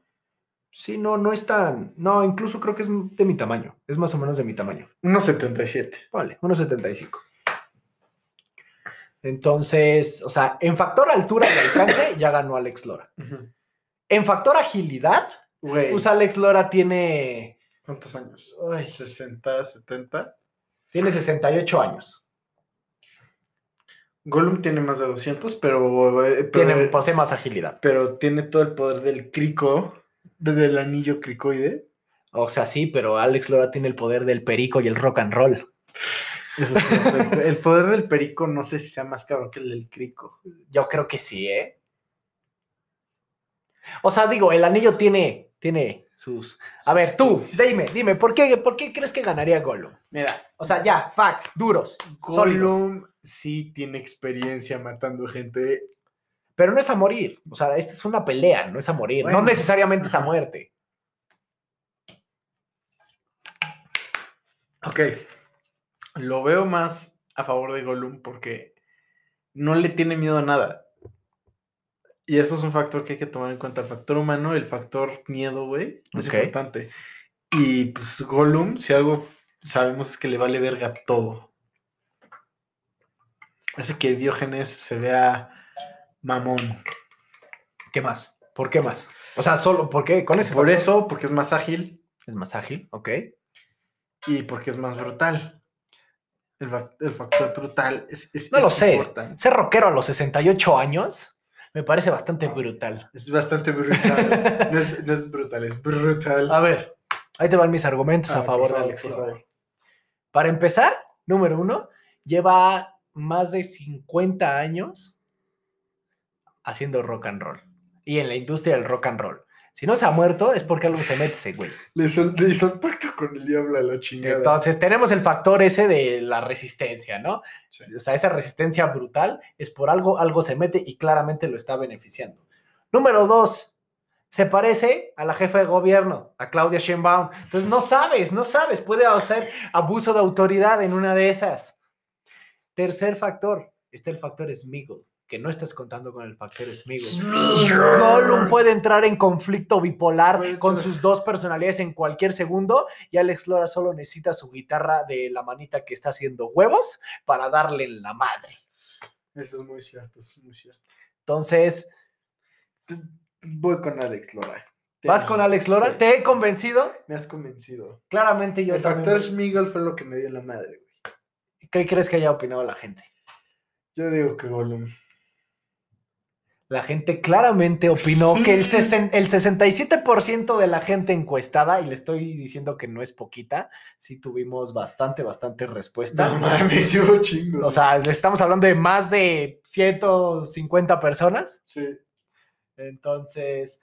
C: Sí, no, no es tan. No, incluso creo que es de mi tamaño. Es más o menos de mi tamaño.
D: 1.77.
C: Vale, 1,75. Entonces, o sea, en factor altura y alcance ya ganó Alex Lora. En factor agilidad,
D: Güey,
C: pues Alex Lora tiene,
D: ¿cuántos años? Ay, 60, 70.
C: tiene 68 años.
D: Gollum tiene más de 200, pero, eh, pero,
C: Tiene, posee más agilidad.
D: pero tiene todo el poder del crico, de- del anillo cricoide.
C: O sea, sí, pero Alex Lora tiene el poder del perico y el rock and roll.
D: Eso es correcto. el poder del perico no sé si sea más cabrón que el del crico.
C: Yo creo que sí, ¿eh? O sea, digo, el anillo tiene, tiene sus. A ver, tú, dime, dime, ¿por qué, por qué crees que ganaría Gollum?
D: Mira,
C: O sea, ya, facts, duros, sólidos.
D: Gollum sí tiene experiencia matando gente.
C: Pero no es a morir. O sea, esta es una pelea, no es a morir. no
D: Bueno,
C: necesariamente es a muerte.
D: Ok. Lo veo más a favor de Gollum porque no le tiene miedo a nada. Y eso es un factor que hay que tomar en cuenta. El factor humano, el factor miedo, güey, es
C: Ok.
D: importante. Y pues Gollum, si algo sabemos es que le vale verga todo. Hace que Diógenes se vea mamón.
E: ¿Qué más? ¿Por qué más? O sea, solo, ¿por qué? Con ese
D: Por
E: factor.
D: eso, porque es más ágil
E: Es más ágil, ok.
D: y porque es más brutal. El, fac- el factor brutal es, es-
E: No lo
D: es
E: sé.
D: importante.
E: Ser rockero a los 68 años me parece bastante brutal.
D: Es bastante brutal. no, es, no es brutal, es brutal.
E: A ver, ahí te van mis argumentos a
D: Ah, por
E: favor de
D: favor,
E: Alex
D: por
E: Lora.
D: favor.
E: Para empezar, número uno, lleva más de 50 años haciendo rock and roll. Y en la industria del rock and roll. Si no se ha muerto, es porque algo se mete ese güey.
D: Le hizo, le hizo un pacto con el diablo a la chingada.
E: Entonces, tenemos el factor ese de la resistencia, ¿no?
D: Sí.
E: O sea, esa resistencia brutal es por algo, algo se mete y claramente lo está beneficiando. Número dos, se parece a la jefa de gobierno, a Claudia Sheinbaum. Entonces, no sabes, no sabes, puede hacer abuso de autoridad en una de esas. Tercer factor, está el factor Smiggle, que no estás contando con el factor Smiggle. Gollum pues. puede entrar en conflicto bipolar
D: Puede
E: con
D: entrar.
E: sus dos personalidades en cualquier segundo y Alex Lora solo necesita su guitarra de la manita que está haciendo huevos para darle en la madre.
D: Eso es muy cierto, eso es muy cierto.
E: Entonces,
D: Voy con Alex Lora.
E: ¿vas con Alex Lora?
D: Sí.
E: ¿Te he convencido?
D: Me has convencido.
E: Claramente yo
D: el
E: también.
D: factor Schmigel fue lo que me dio la madre, güey.
E: ¿Qué crees que haya opinado la gente?
D: Yo digo que Gollum.
E: La gente claramente opinó
D: Sí.
E: que el, sesen- el 67% de la gente encuestada, y le estoy diciendo que no es poquita, sí tuvimos bastante, bastante respuesta.
D: No mames, yo chingo.
E: O sea, le estamos hablando de más de 150 personas.
D: sí.
E: Entonces,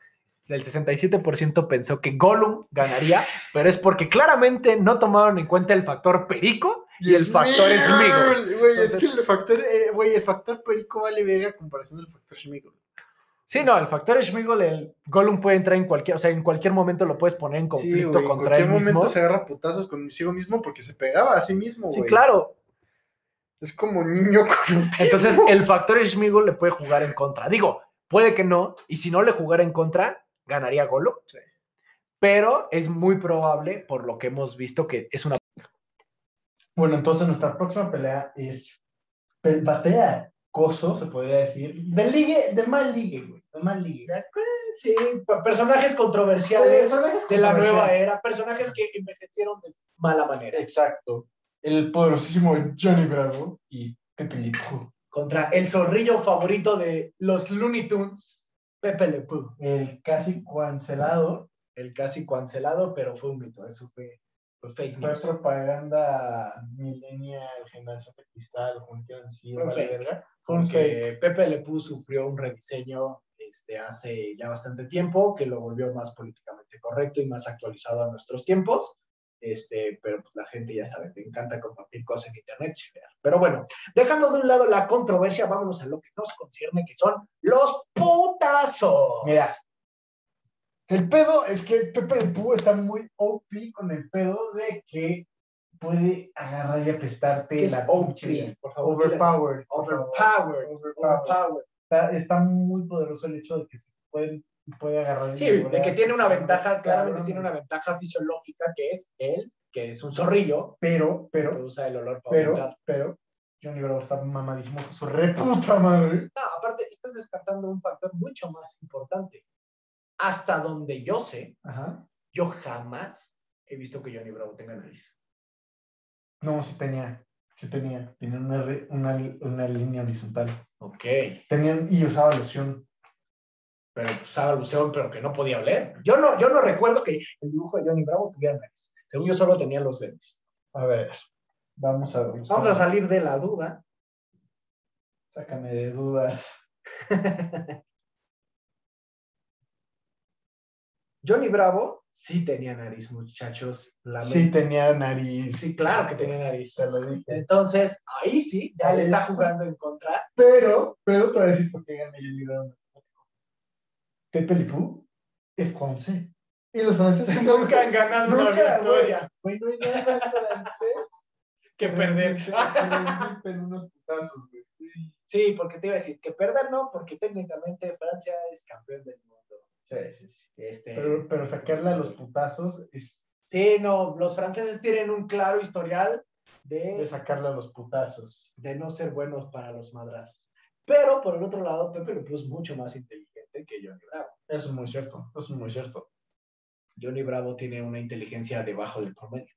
E: el 67% pensó que Gollum ganaría, pero es porque claramente no tomaron en cuenta el factor perico y el factor
D: Schmigel,
E: Smigol.
D: Güey, es
E: Entonces-
D: que el factor, eh, güey, el factor perico vale verga a comparación del factor Schmigel.
E: Sí, no, el factor Smigol, el Gollum puede entrar en cualquier, o sea, en cualquier momento lo puedes poner en
D: Sí,
E: conflicto
D: güey, en
E: contra él
D: cualquier
E: mismo.
D: momento se agarra putazos consigo mismo porque se pegaba a sí mismo,
E: Sí,
D: güey.
E: claro.
D: Es como un niño con autismo.
E: Entonces, el factor Smigol le puede jugar en contra. Digo, puede que no, y si no le jugara en contra, ganaría Gollum.
D: Sí.
E: Pero es muy probable, por lo que hemos visto, que es una
D: Bueno, entonces nuestra próxima pelea es pe- batea coso, se podría decir, de ligue, de mal ligue, güey, de mal ligue.
C: Sí, pa- personajes controversiales
D: Personajes
C: de la
D: controversiales.
C: nueva era, personajes que envejecieron de mala manera.
D: Exacto. El poderosísimo Johnny Bravo y Pepe Le Pew.
C: Contra el zorrillo favorito de los Looney Tunes, Pepe Le Pew.
D: El casi cancelado
C: El casi cancelado, pero fue un mito, eso fue, fue Pues, fake
D: fue
C: news.
D: propaganda millennial, generación de cristal, Juan sí,
C: Fue
D: vale
C: fake.
D: verga.
C: Porque Pepe Le Pew sufrió un rediseño este, hace ya bastante tiempo que lo volvió más políticamente correcto y más actualizado a nuestros tiempos. Este, pero pues la gente ya sabe, le encanta compartir cosas en internet. sí, vea. Pero bueno, dejando de un lado la controversia, vámonos a lo que nos concierne, que son los putazos.
D: Mira, El pedo es que Pepe Le Pew está muy OP con el pedo de que puede agarrar y apestarte
C: que es
D: la pinche
C: OP, por favor. dile-
D: Overpowered. Overpowered.
C: Overpowered. Overpowered.
D: Está, está muy poderoso el hecho de que se pueden, puede agarrar. y
C: Sí, de
D: devorar.
C: que tiene una ventaja, claramente
D: Cabrón,
C: tiene una ventaja fisiológica, que es él, que es un zorrillo,
D: Pero,
C: que
D: pero,
C: usa el olor para
D: pero,
C: aumentar.
D: pero, Johnny Bravo está mamadísimo con su reputa madre.
C: No, aparte, estás descartando un factor mucho más importante. Hasta donde yo sé,
D: Ajá.
C: yo jamás he visto que Johnny Bravo tenga nariz.
D: No, sí tenía, sí tenía. Tenía una, re- una, una línea horizontal.
C: Ok,
D: Tenían, y usaba loción.
C: pero pues, usaba buceo, pero que no podía oler. Yo no, yo no recuerdo que el dibujo de Johnny Bravo tuviera nariz. Según yo, solo tenía los lentes.
D: A ver, vamos a ver.
C: Vamos a salir de la duda.
D: Sácame de dudas.
C: Johnny Bravo sí tenía nariz, muchachos. La
D: Sí tenía nariz.
C: sí, claro que tenía nariz.
D: Se lo dije.
C: Entonces, ahí sí, ya le está jugando en contra
D: Pero, pero te voy a decir por qué gané Johnny Bravo. Pepe Le Pew es francés. Y los franceses
C: Nunca han ganado una
D: Nunca,
C: victoria
D: Güey, no hay nada francés.
C: que perder.
D: Pero unos putazos, güey.
C: Sí, porque te iba a decir que perder no, porque técnicamente Francia es campeón del mundo.
D: Sí, sí, sí.
C: Este,
D: Pero, pero sacarle a los putazos es
C: sí, no, los franceses tienen un claro historial
D: de
C: de,
D: sacarle a los putazos.
C: de no ser buenos para los madrazos. Pero por el otro lado, Pepe Le Pew es mucho más inteligente inteligente que Johnny Bravo. Eso es muy cierto, eso es muy cierto. Johnny Bravo tiene una inteligencia debajo del promedio.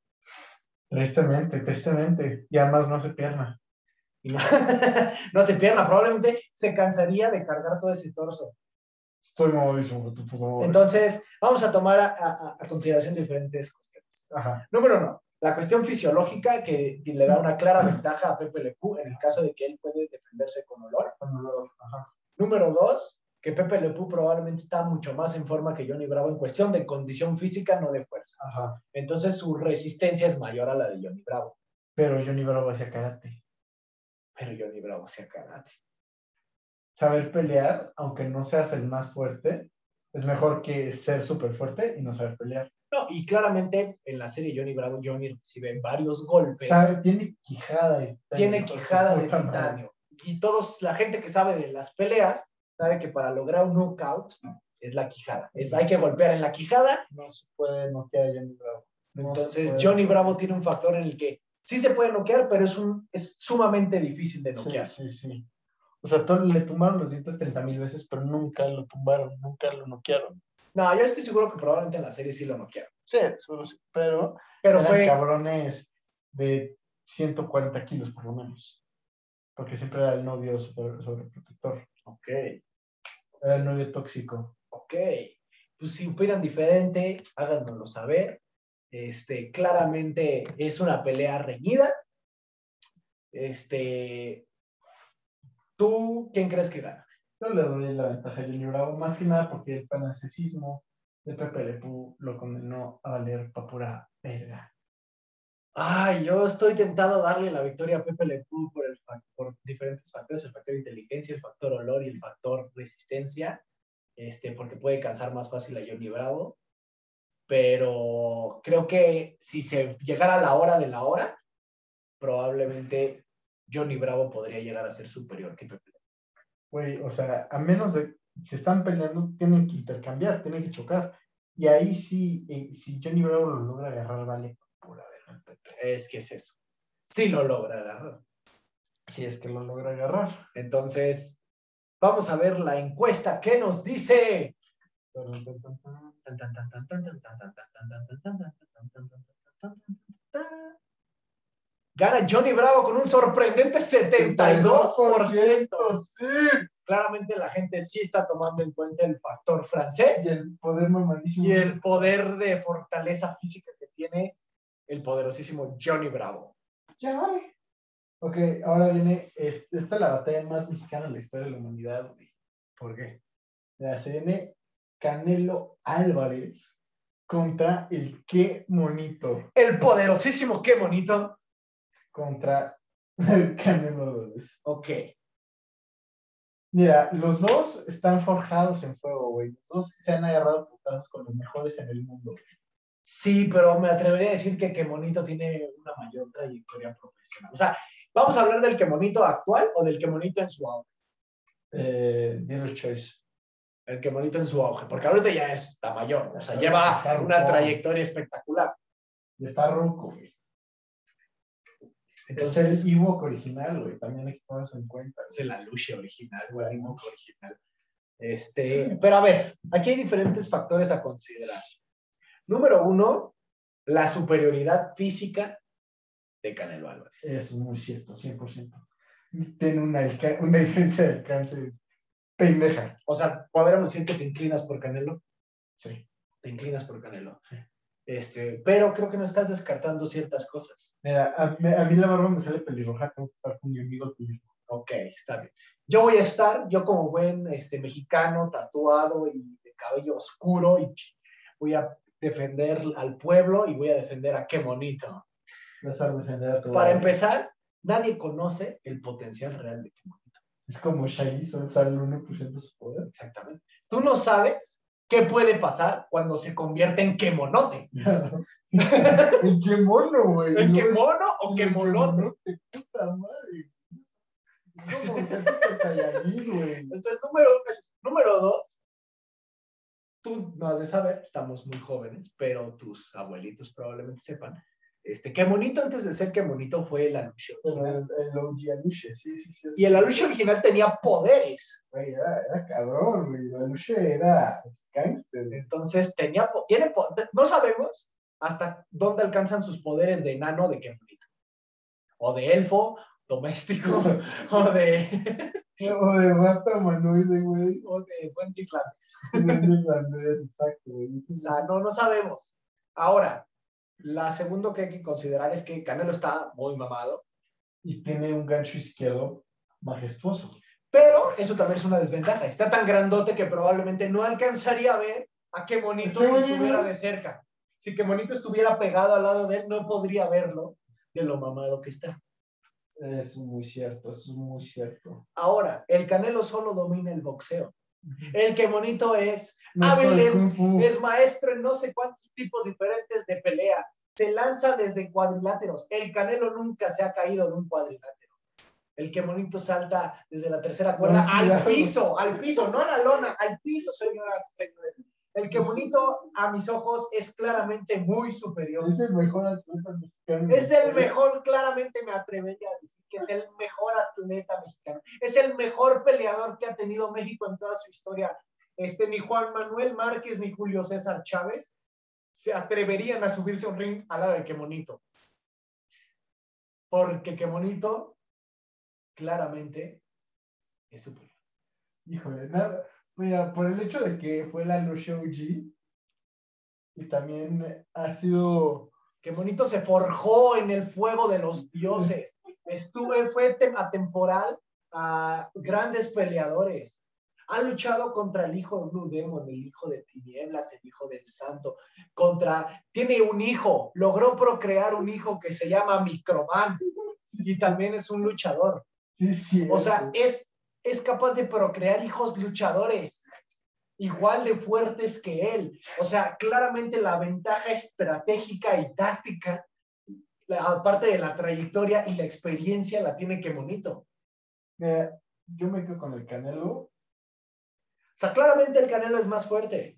F: Tristemente, tristemente. Y además no hace pierna.
C: Y no, no se pierda, probablemente se cansaría de cargar todo ese torso.
F: Estoy mamadísimo, tu puta madre.
C: Entonces, vamos a tomar a, a- a consideración diferentes cuestiones.
F: Ajá.
C: Número uno, la cuestión fisiológica que le da una clara ventaja a Pepe Le Pew en el caso de que él puede defenderse con olor.
F: Bueno, luego, ajá.
C: Número dos, que Pepe Le Pew probablemente está mucho más en forma que Johnny Bravo en cuestión de condición física, no de fuerza.
F: Ajá.
C: Entonces, su resistencia es mayor a la de Johnny Bravo.
F: Pero Johnny Bravo hacía karate.
C: Pero Johnny Bravo se karate.
F: Saber pelear, aunque no seas el más fuerte, es mejor que ser súper fuerte y no saber pelear.
C: No, y claramente en la serie Johnny Bravo, Johnny recibe varios golpes.
F: Sabe- Tiene quijada de titanio,
C: tiene
F: hijo
C: quijada de
F: puta madre.
C: titanio. Y todos, la gente que sabe de las peleas, sabe que para lograr un knockout es la quijada. Es, hay que golpear en la quijada.
F: No se puede noquear a Johnny Bravo. No
C: Entonces,
F: se puede.
C: Johnny Bravo tiene un factor en el que sí se puede noquear, pero es, un, es sumamente difícil de
F: Sí,
C: noquear.
F: sí, sí. O sea, todo- le tumbaron los dientes 30 mil veces, pero nunca lo tumbaron, nunca lo noquearon.
C: No, yo estoy seguro que probablemente en la serie sí lo noquearon.
F: Sí, seguro sí, pero,
C: Pero
F: eran
C: fue,
F: cabrones de 140 kilos por lo menos. Porque siempre era el novio sobre- sobreprotector.
C: ok,
F: Era el novio tóxico.
C: ok. Pues si opinan diferente, háganoslo saber. Este, claramente es una pelea reñida. Este, ¿tú quién crees que gana?
F: Yo le doy la ventaja a Johnny Bravo, más que nada porque el panasesismo de Pepe Le Pew lo condenó a valer pa' pura verga.
C: Ay, yo estoy tentado a darle la victoria a Pepe Le Pew por, el fac- por diferentes factores, el factor inteligencia, el factor olor y el factor resistencia, este, porque puede cansar más fácil a Johnny Bravo, pero creo que si se llegara la hora de la hora, probablemente Johnny Bravo podría llegar a ser superior que Pepe Le Pew.
F: Güey, o sea, a menos de si están peleando, tienen que intercambiar, tienen que chocar. Y ahí sí, eh, si Johnny Bravo lo logra agarrar, vale pura verga.
C: Es que es eso. Sí lo logra agarrar.
F: Si es que lo logra agarrar.
C: Entonces, vamos a ver la encuesta que nos dice...
F: Tarán, tan, tan, tan.
C: tan, tan, tan, tan, tan, tan, tan, tan, tan, tan, tan, tan, tan, tan, tan, tan, tan, tan, tan, tan, tan. Gana Johnny Bravo con un sorprendente 72%.
F: ¡Sí!
C: Claramente la gente sí está tomando en cuenta el factor
F: Y
C: francés
F: el poder mamadísimo.
C: y el poder de fortaleza física que tiene el poderosísimo Johnny Bravo.
F: Ya vale. Ok, ahora viene. es- esta es la batalla más mexicana de la historia de la humanidad, güey. ¿Por qué? Mira, se viene Canelo Álvarez contra el qué monito.
C: El poderosísimo, qué bonito.
F: Contra el Canelo Álvarez.
C: Ok,
F: Mira, los dos están forjados en fuego, güey. Los dos se han agarrado putazos con los mejores en el mundo.
C: sí, pero me atrevería a decir que qué bonito tiene una mayor trayectoria profesional. O sea, ¿vamos a hablar del qué bonito actual o del qué bonito en su auge?
F: Eh, dealer's Choice.
C: el que bonito en su auge, porque ahorita ya está mayor, o sea, lleva
F: Claro,
C: una
F: claro.
C: trayectoria espectacular.
F: Y está roco, güey.
C: Entonces,
F: es el Ewok original, güey. También hay que tomar eso en cuenta.
C: es la lucha original,
F: Sí.
C: güey, no original. Este, pero a ver, aquí hay diferentes factores a considerar. Número uno, la superioridad física de Canelo Álvarez.
F: Eso es muy cierto, 100%. Tiene una, alca- una diferencia de alcance pendeja.
C: O sea, podríamos decir que te inclinas por Canelo.
F: Sí.
C: Te inclinas por Canelo.
F: Sí.
C: Este, pero creo que no estás descartando ciertas cosas.
F: Mira, a, mí- a mí la barba me sale pelirroja, tengo que estar con mi amigo el pelirrojo.
C: Ok, está bien. Yo voy a estar, yo como buen este, mexicano, tatuado y de cabello oscuro, y ch- voy a defender al pueblo y voy a defender a qué bonito.
F: Vas a defender a tu
C: Para
F: barba.
C: empezar, nadie conoce el potencial real de qué bonito.
F: Es como Shaggy, solo sale el 1% de su poder.
C: Exactamente. Tú no sabes qué puede pasar cuando se convierte en quemonote.
F: ¿En qué mono, güey?
C: ¿En
F: No,
C: quemono o
F: en
C: quemolote?
F: quemolote, puta madre. Es como ser Super Saiyajin, güey.
C: Entonces, número uno es- número dos, tú no has de saber, estamos muy jóvenes, pero tus abuelitos probablemente sepan, Este, que monito antes de ser que monito fue el Aluche.
F: Pero el, el OG Aluche, sí, sí, sí.
C: Y el Aluche original tenía poderes.
F: Güey, era, era cabrón, güey. El Aluche era gangster. güey.
C: Entonces tenía, po- tiene po- no sabemos hasta dónde alcanzan sus poderes de enano de que monito. O de elfo doméstico, o de,
F: O de rata humanoide, güey.
C: o de buen Irlandés.
F: En el irlandés, Exacto, güey.
C: O sea, no, no sabemos. Ahora, la segunda que hay que considerar es que Canelo está muy mamado,
F: Y tiene un gancho izquierdo majestuoso.
C: pero eso también es una desventaja. Está tan grandote que probablemente no alcanzaría a ver a qué monito
F: Qué
C: si
F: bonito.
C: estuviera de cerca. Si que monito estuviera pegado al lado de él, no podría verlo de lo mamado que está.
F: Es muy cierto, es muy cierto.
C: Ahora, el Canelo solo domina el boxeo. El que monito es
F: No,
C: Abel
F: el
C: Lem
F: Kung Fu.
C: Es maestro en no sé cuántos tipos diferentes de pelea. Se lanza desde cuadriláteros. El Canelo nunca se ha caído de un cuadrilátero. El que monito salta desde la tercera cuerda al
F: No, Ah, claro.
C: piso, al piso, no a la lona, al piso, señoras y señores. El que monito, a mis ojos, es claramente muy superior.
F: Es el mejor atleta mexicano.
C: Es el mejor, claramente me atrevería a decir que es el mejor atleta mexicano. Es el mejor peleador que ha tenido México en toda su historia. Este, ni Juan Manuel Márquez ni Julio César Chávez se atreverían a subirse a un ring al lado de Quemonito. Porque Quemonito claramente es superior.
F: Híjole, nada. Mira, por el hecho de que fue la Lucha OG y también ha sido.
C: Quemonito se forjó en el fuego de los dioses. Estuve, fue tem- atemporal a grandes peleadores. Ha luchado contra el hijo de Blue Demon, el hijo de Tinieblas, el hijo del santo. Contra, tiene un hijo, logró procrear un hijo que se llama Microman y también es un luchador.
F: Sí, sí.
C: O sea,
F: es-
C: es, es capaz de procrear hijos luchadores, igual de fuertes que él. O sea, claramente la ventaja estratégica y táctica, la- aparte de la trayectoria y la experiencia, la tiene que monito.
F: Mira, yo me quedo con el Canelo.
C: O sea, claramente el Canelo es más fuerte,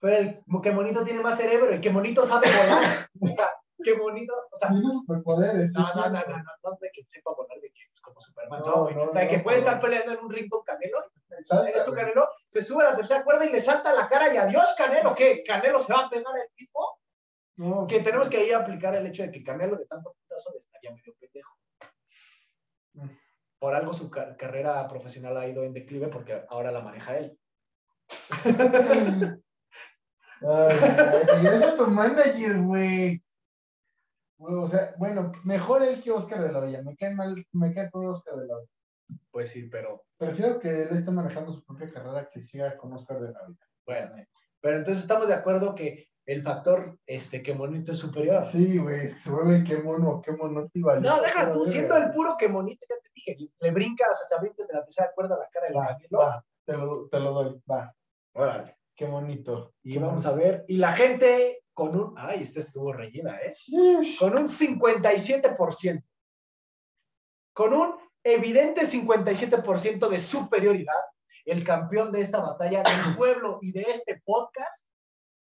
C: pero el que monito tiene más cerebro y que monito sabe volar. O sea, que monito, o sea,
F: Tiene superpoderes.
C: No,
F: sí,
C: no,
F: sí.
C: no, no, no, no es de que sepa volar de que es como Superman,
F: No,
C: no, güey.
F: no,
C: o sea, que
F: no,
C: puede
F: no.
C: estar peleando en un ring con Canelo,
F: Salta,
C: eres tú
F: güey.
C: Canelo, se sube a la tercera cuerda y le salta la cara y adiós Canelo, ¿qué? ¿Canelo se va a pegar el mismo?
F: No,
C: Que
F: pues,
C: tenemos que ahí aplicar el hecho de que Canelo de tanto putazo le estaría medio pendejo. Por algo su car- carrera profesional ha ido en declive porque ahora la maneja él.
F: Ay, ay, regresa tu manager, güey. Güey, O sea, bueno, mejor él que Oscar de la Hoya. Me cae mal, me cae por Oscar de la Hoya.
C: Pues sí, pero
F: Prefiero que él esté manejando su propia carrera que siga con Oscar de la Hoya.
C: bueno. eh. Pero entonces estamos de acuerdo que el factor este, que monito es superior.
F: Sí, güey, es que se vuelve qué mono, qué mono te iba a
C: No,
F: decir,
C: deja tú,
F: güey.
C: siendo el puro que monito, ya te dije, le brinca, o sea, se avienta desde la tercera cuerda a la cara del
F: Va,
C: Canelo.
F: va, te lo, te lo doy, va.
C: Órale.
F: Qué bonito.
C: Y vamos a ver, y la gente con un, ay, esta estuvo rellena, ¿eh?
F: Yeesh.
C: Con un 57%, con un evidente 57% de superioridad, el campeón de esta batalla del pueblo y de este podcast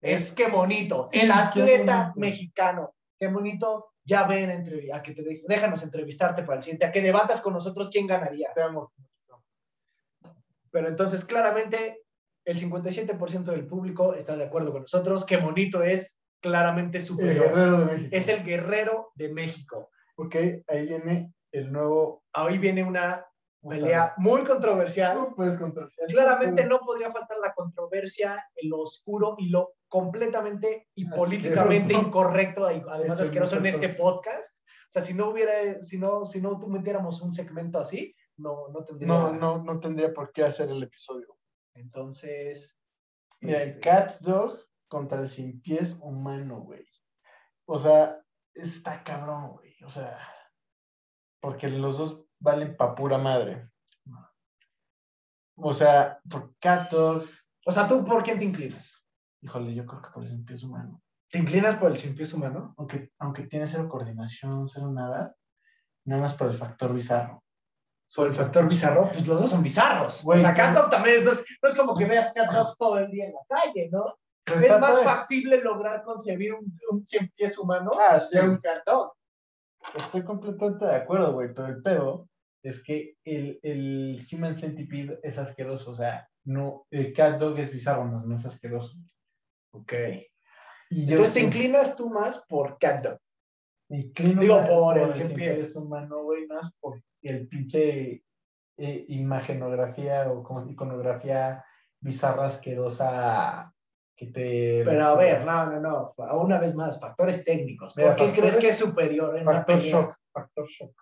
C: es que bonito,
F: Sí,
C: el
F: qué
C: atleta
F: bonito.
C: mexicano, qué bonito. Ya ven, entre, a que te de- déjanos entrevistarte para el siguiente, a que debatas con nosotros quién ganaría.
F: Te amo.
C: Pero entonces, claramente, el 57% del público está de acuerdo con nosotros que Monito es claramente
F: El
C: superior.
F: guerrero de México.
C: Es el guerrero de México.
F: Ok, ahí viene el nuevo.
C: Ahí viene una pelea muy controversial.
F: Súper controversial.
C: Claramente no podría faltar la controversia, lo oscuro y lo completamente y
F: Asqueroso.
C: políticamente incorrecto, ad- además
F: Hecho
C: asqueroso en este
F: nosotros.
C: podcast. O sea, si no hubiera, si no, si no tú metiéramos un segmento así, no, no tendría.
F: No, no, no tendría por qué hacer el episodio.
C: Entonces.
F: Mira, el
C: este,
F: cat dog contra el sin pies humano, güey. O sea, está cabrón, güey. O sea, porque los dos valen pa' pura madre. O sea, por cat dog,
C: O sea, ¿tú por quién te inclinas?
F: híjole, yo creo que por el sin pies humano.
C: ¿Te inclinas por el sin pies humano?
F: Aunque, aunque tiene cero coordinación, cero nada, nada más por el factor bizarro.
C: ¿Sobre el factor bizarro? Pues los dos son bizarros.
F: Güey,
C: o sea,
F: pero-
C: Cat Dog también es- no es, no es como que veas Cat Dogs todo el día en la calle, ¿no?
F: Pero
C: es
F: Pues está
C: más
F: padre.
C: factible lograr concebir un, un cien pies humano
F: Ah,
C: que un cartón.
F: Estoy completamente de acuerdo, güey, pero el pedo es que el, el Human Centipede es asqueroso, o sea, no, el Cat Dog es bizarro, no, no es asqueroso.
C: Ok.
F: Y yo
C: Entonces te
F: sí
C: inclinas tú más por catdog.
F: me inclino
C: digo,
F: más
C: por el cien
F: cienpies
C: pies.
F: humano, güey, más por el pinche eh, imagenografía o como iconografía bizarra, asquerosa, que te...
C: Pero a ver, no, no, no. fa- Una vez más, factores técnicos. ¿Por
F: Mira,
C: qué
F: factores-
C: crees que es superior en
F: Factor
C: una pelea?
F: shock, factor shock.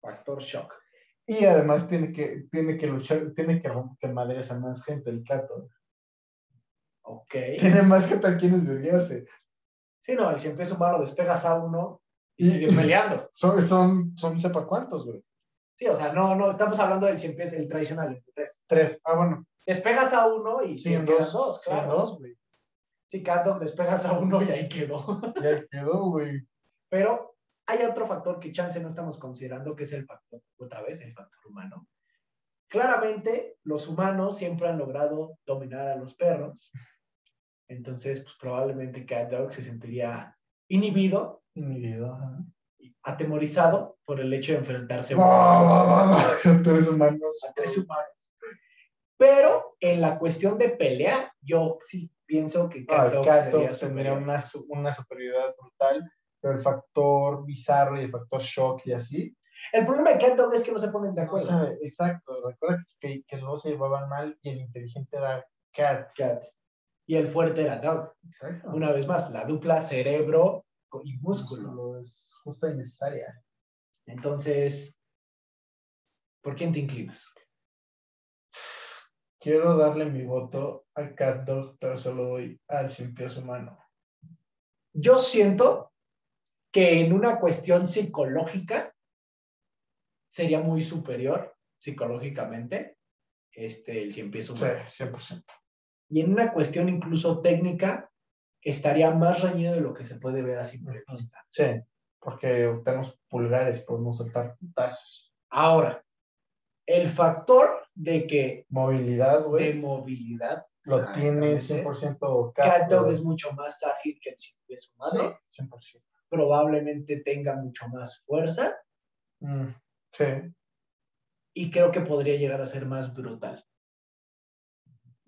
C: Factor shock.
F: Y además tiene que, tiene que luchar, tiene que romper madres a más gente, el cato.
C: Ok.
F: Tiene más gente a quienes verguiarse.
C: Sí, no, el cien pies humano despegas a uno y
F: Y-
C: sigue peleando.
F: Son, son, son sepa cuántos, güey.
C: Sí, o sea, no, no, estamos hablando del cien pies, el tradicional, el de tres.
F: Tres. Ah, bueno.
C: Despegas a uno y
F: Sí, en
C: te quedan
F: dos.
C: dos,
F: sí,
C: claro.
F: dos, güey.
C: Sí, catdog, despegas a uno y ahí quedó.
F: Ya quedó, güey.
C: Pero hay otro factor que chance no estamos considerando, que es el factor, otra vez, el factor humano. Claramente, los humanos siempre han logrado dominar a los perros. Entonces, pues probablemente Cat Dog se sentiría inhibido
F: Y Mi vida. ajá.
C: y atemorizado por el hecho de enfrentarse
F: Va, va, va, va. Tres humanos.
C: a tres humanos. Pero en la cuestión de pelea, yo sí pienso que
F: No,
C: Cat
F: el
C: Dog
F: cato
C: sería
F: tendría
C: superior.
F: una, su- una superioridad brutal, pero el factor bizarro y el factor shock y así
C: El problema de Cat Dog es que no se ponen de
F: O
C: acuerdo.
F: sea, exacto, recuerda que, que luego se llevaban mal y el inteligente era Cat.
C: Cat. Y el fuerte era Dog.
F: Exacto.
C: Una vez más, la dupla cerebro co- y músculo.
F: Músculo es justa y necesaria.
C: Entonces, ¿por quién te inclinas?
F: Quiero darle mi voto a Cat Dog, pero se lo doy al sin pies humano.
C: Yo siento que en una cuestión psicológica sería muy superior psicológicamente este, el cien pies
F: Sí,
C: humano.
F: 100%.
C: Y en una cuestión incluso técnica estaría más reñido de lo que se puede ver así por la vista.
F: Sí, porque tenemos pulgares, podemos soltar putazos.
C: Ahora, el factor de que
F: Movilidad,
C: de
F: güey,
C: movilidad
F: lo tiene
C: exactamente.
F: 100% Cat.
C: Cat Dog
F: güey.
C: es mucho más ágil que el pies
F: Sí,
C: humano.
F: 100%.
C: Probablemente tenga mucho más fuerza
F: Mm, sí,
C: y creo que podría llegar a ser más brutal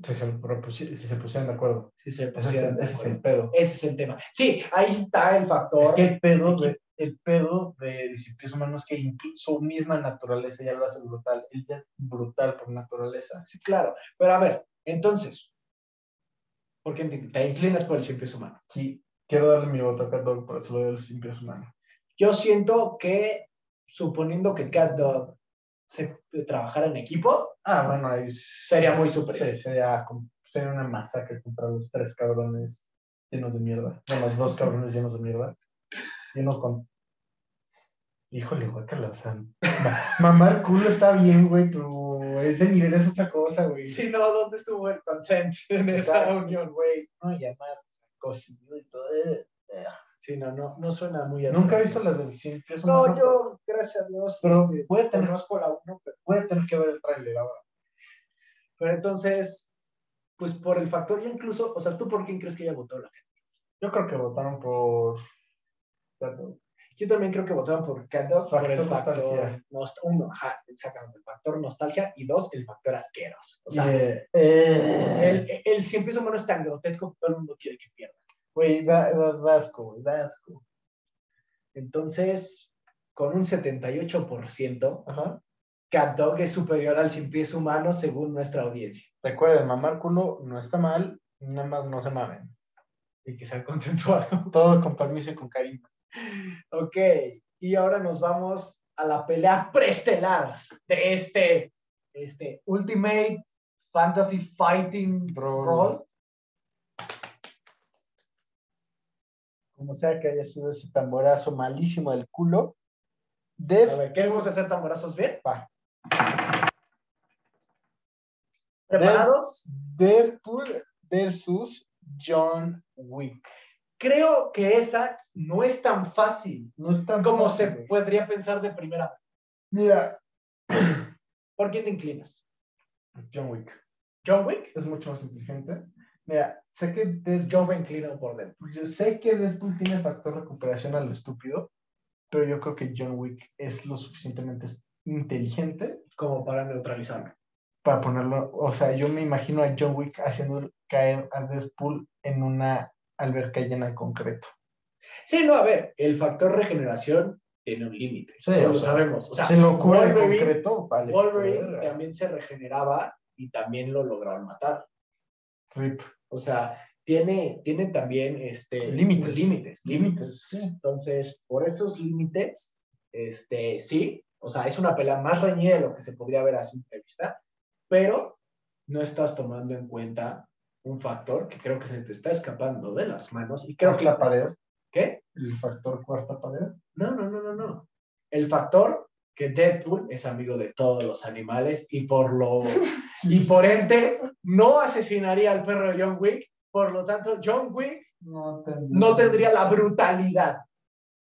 F: si se, lo propusi- si se pusieron de acuerdo.
C: si se
F: Ese es
C: pusieran
F: el-
C: de
F: ese es el
C: acuerdo.
F: pedo.
C: Ese es el tema. Sí, ahí está el factor.
F: Es que el pedo de, el pedo de disciplinas humanos es que incluso su misma naturaleza ya lo hace brutal. Él ya es brutal por naturaleza.
C: Sí, claro. Pero a ver, entonces, ¿por qué te, te inclinas por el cien pies humano?
F: Qui- quiero darle mi voto a Cat Dog por eso lo de los disciplinas humanos.
C: Yo siento que, suponiendo que Cat Dog se eh, trabajara en equipo,
F: Ah, bueno, ahí s-
C: Sería muy superior.
F: Sí, sería, com- sería una masacre contra los tres cabrones llenos de mierda. Bueno, los dos cabrones llenos de mierda. Y uno con. Híjole, guacala, o sea, ma- Mamar culo está bien, güey, pero ese nivel es otra cosa, güey.
C: si no, ¿dónde estuvo el consent en esa
F: Exacto.
C: unión, güey?
F: No, y además, cocido y todo.
C: Sí, no, no, no suena muy
F: Nunca he
C: atractivo.
F: visto las del 100 pies
C: No,
F: humano,
C: yo, gracias a Dios,
F: Pero
C: este,
F: puede tener-
C: conozco la uno, pero,
F: Voy a tener que ver el tráiler ahora.
C: pero entonces, pues por el factor, yo incluso, o sea, ¿tú por quién crees que ella votó la gente?
F: Yo creo que votaron por. Gato.
C: Yo también creo que votaron por Candor por el
F: Factor
C: factor
F: nostalgia.
C: nostalgia. Uno, ajá, exactamente, el factor nostalgia y dos, el factor asqueroso. O
F: Y,
C: sea,
F: eh,
C: el,
F: eh,
C: el cien pies humano es tan grotesco que todo el mundo quiere que pierda.
F: Güey, da, da, da asco, güey, da asco.
C: Entonces, con un 78%,
F: Ajá.
C: Cat Dog es superior al cien pies humano según nuestra audiencia.
F: Recuerden, mamar culo no está mal, nada más no se mamen.
C: Y que sea consensuado.
F: Todo con permiso y con cariño.
C: Ok, y ahora nos vamos a la pelea preestelar de este, este Ultimate Fantasy Fighting
F: Bro.
C: Brawl.
F: Como sea que haya sido ese tamborazo malísimo del
C: A
F: culo. Death
C: ver, ¿queremos hacer tamborazos bien?
F: Va.
C: ¿Preparados?
F: Deadpool versus John Wick.
C: Creo que esa no es tan fácil
F: No es tan
C: como
F: fácil,
C: se
F: güey.
C: podría pensar de primera.
F: Mira,
C: ¿Por quién te inclinas?
F: John Wick
C: ¿John Wick?
F: es mucho más inteligente. Mira, sé que Deadpool-
C: Yo me inclino por dentro.
F: pues yo sé que Deadpool tiene factor recuperación a lo estúpido, pero yo creo que John Wick es lo suficientemente inteligente
C: como para neutralizarme.
F: para ponerlo, o sea, yo me imagino a John Wick haciendo caer a Deadpool en una alberca llena de concreto.
C: Sí, no, a ver, el factor regeneración tiene un límite.
F: Sí,
C: todos
F: o
C: lo
F: sea,
C: sabemos. O sea,
F: se lo cubre de
C: Wolverine-
F: concreto, vale.
C: Wolverine
F: verga.
C: también se regeneraba y también lo lograron matar.
F: Rip.
C: O sea, tiene, tiene también este,
F: Límites.
C: límites. Límites.
F: Límites, sí.
C: Entonces, por esos límites, este, sí, o sea, es una pelea más reñida de lo que se podría ver a simple vista, pero no estás tomando en cuenta un factor que creo que se te está escapando de las manos y creo que...
F: Cuarta pared,
C: ¿Qué?
F: el factor cuarta pared.
C: No, no, no, no, no. El factor que Deadpool es amigo de todos los animales y por lo y por ende no asesinaría al perro de John Wick, por lo tanto John Wick
F: No tendría,
C: no tendría la brutalidad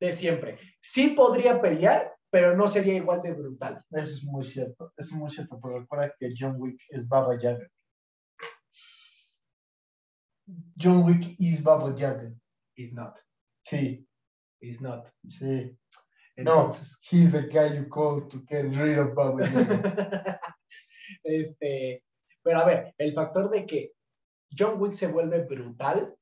C: de siempre. Sí podría pelear, pero no sería igual de brutal.
F: Eso es muy cierto, eso es muy cierto, pero recuerda que John Wick es Baba Yaga. John Wick is Baba Yaga.
C: It's not.
F: Sí,
C: It's not.
F: sí.
C: Entonces,
F: No, he's the guy you call to get rid of Baba Yaga.
C: este, pero a ver, el factor de que John Wick se vuelve brutal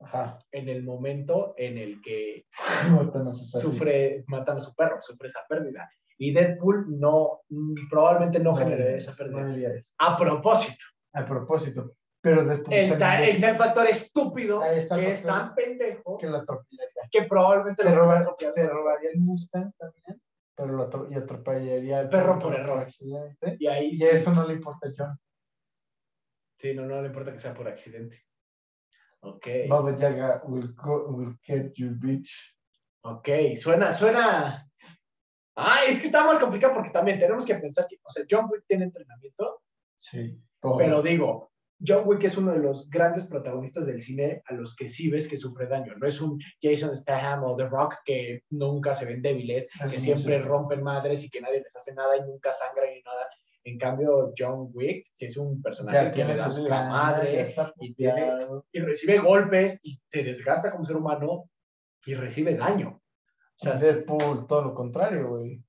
F: Ajá.
C: en el momento en el que
F: No, tan
C: sufre, matan a su perro, sufre esa pérdida. Y Deadpool no, mm, probablemente no,
F: No,
C: generaría esa
F: no
C: pérdida.
F: diría eso.
C: A propósito,
F: A propósito, pero después
C: está,
F: también
C: está el factor estúpido
F: Ahí está el
C: que es
F: factor.
C: tan pendejo
F: que lo atropellaría.
C: que probablemente
F: Se,
C: lo
F: roba-
C: atropellan.
F: se robaría el Mustang también, pero lo atro- y atropellaría al
C: Perro por error.
F: accidente.
C: Y ahí
F: Y
C: sí.
F: eso no le importa a John.
C: Sí, no, no le importa que sea por accidente. Ok,
F: Baba Yaga will, go, will get you, bitch.
C: ok, suena, suena. Ah, es que está más complicado porque también tenemos que pensar que, o sea, John Wick tiene entrenamiento,
F: Sí, todo.
C: pero digo, John Wick es uno de los grandes protagonistas del cine a los que sí ves que sufre daño. No es un Jason Statham o The Rock que nunca se ven débiles,
F: Eso
C: que
F: no
C: siempre
F: es-
C: rompen madres y que nadie les hace nada y nunca sangran ni nada. En cambio, John Wick sí es un personaje
F: Ya
C: que le
F: tiene
C: da
F: sus
C: su
F: ganas,
C: madre,
F: ya está
C: y tiene-
F: puteado.
C: y recibe golpes y se desgasta como ser humano y recibe daño. O sea,
F: Deadpool, todo lo contrario, güey.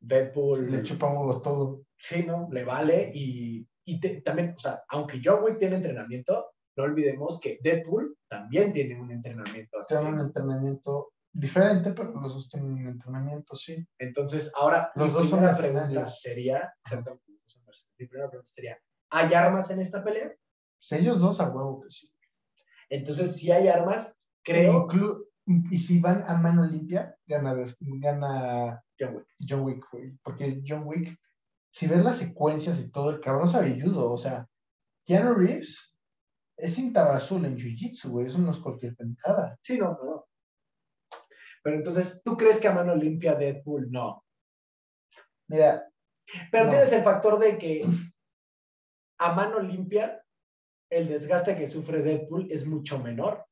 C: Deadpool
F: Le
C: le,
F: chupan huevos todo.
C: sí, ¿no? le vale y, y te- también, o sea, aunque John Wick tiene entrenamiento, no olvidemos que Deadpool también tiene un entrenamiento
F: O sea,
C: asesino.
F: un entrenamiento diferente, pero los dos tienen un entrenamiento, sí.
C: Entonces, ahora
F: Los
C: mi
F: dos son
C: primera pregunta
F: mercenarios.
C: sería, exactamente, los dos son mercenarios. mi primera pregunta sería, ¿hay armas en esta pelea?
F: Pues ellos dos a huevo que sí.
C: Entonces, si hay armas, creo
F: Inclu- y si van a mano limpia, gana, Death- gana
C: John Wick.
F: John Wick, güey. Porque John Wick, si ves las secuencias y todo, el cabrón sabelludo. O sea, Keanu Reeves es cinta azul en Jiu-Jitsu, güey. Eso no es cualquier pendejada.
C: Sí, no, no, no. Pero entonces, ¿tú crees que a mano limpia Deadpool no?
F: Mira,
C: Pero
F: No.
C: tienes el factor de que a mano limpia el desgaste que sufre Deadpool es mucho menor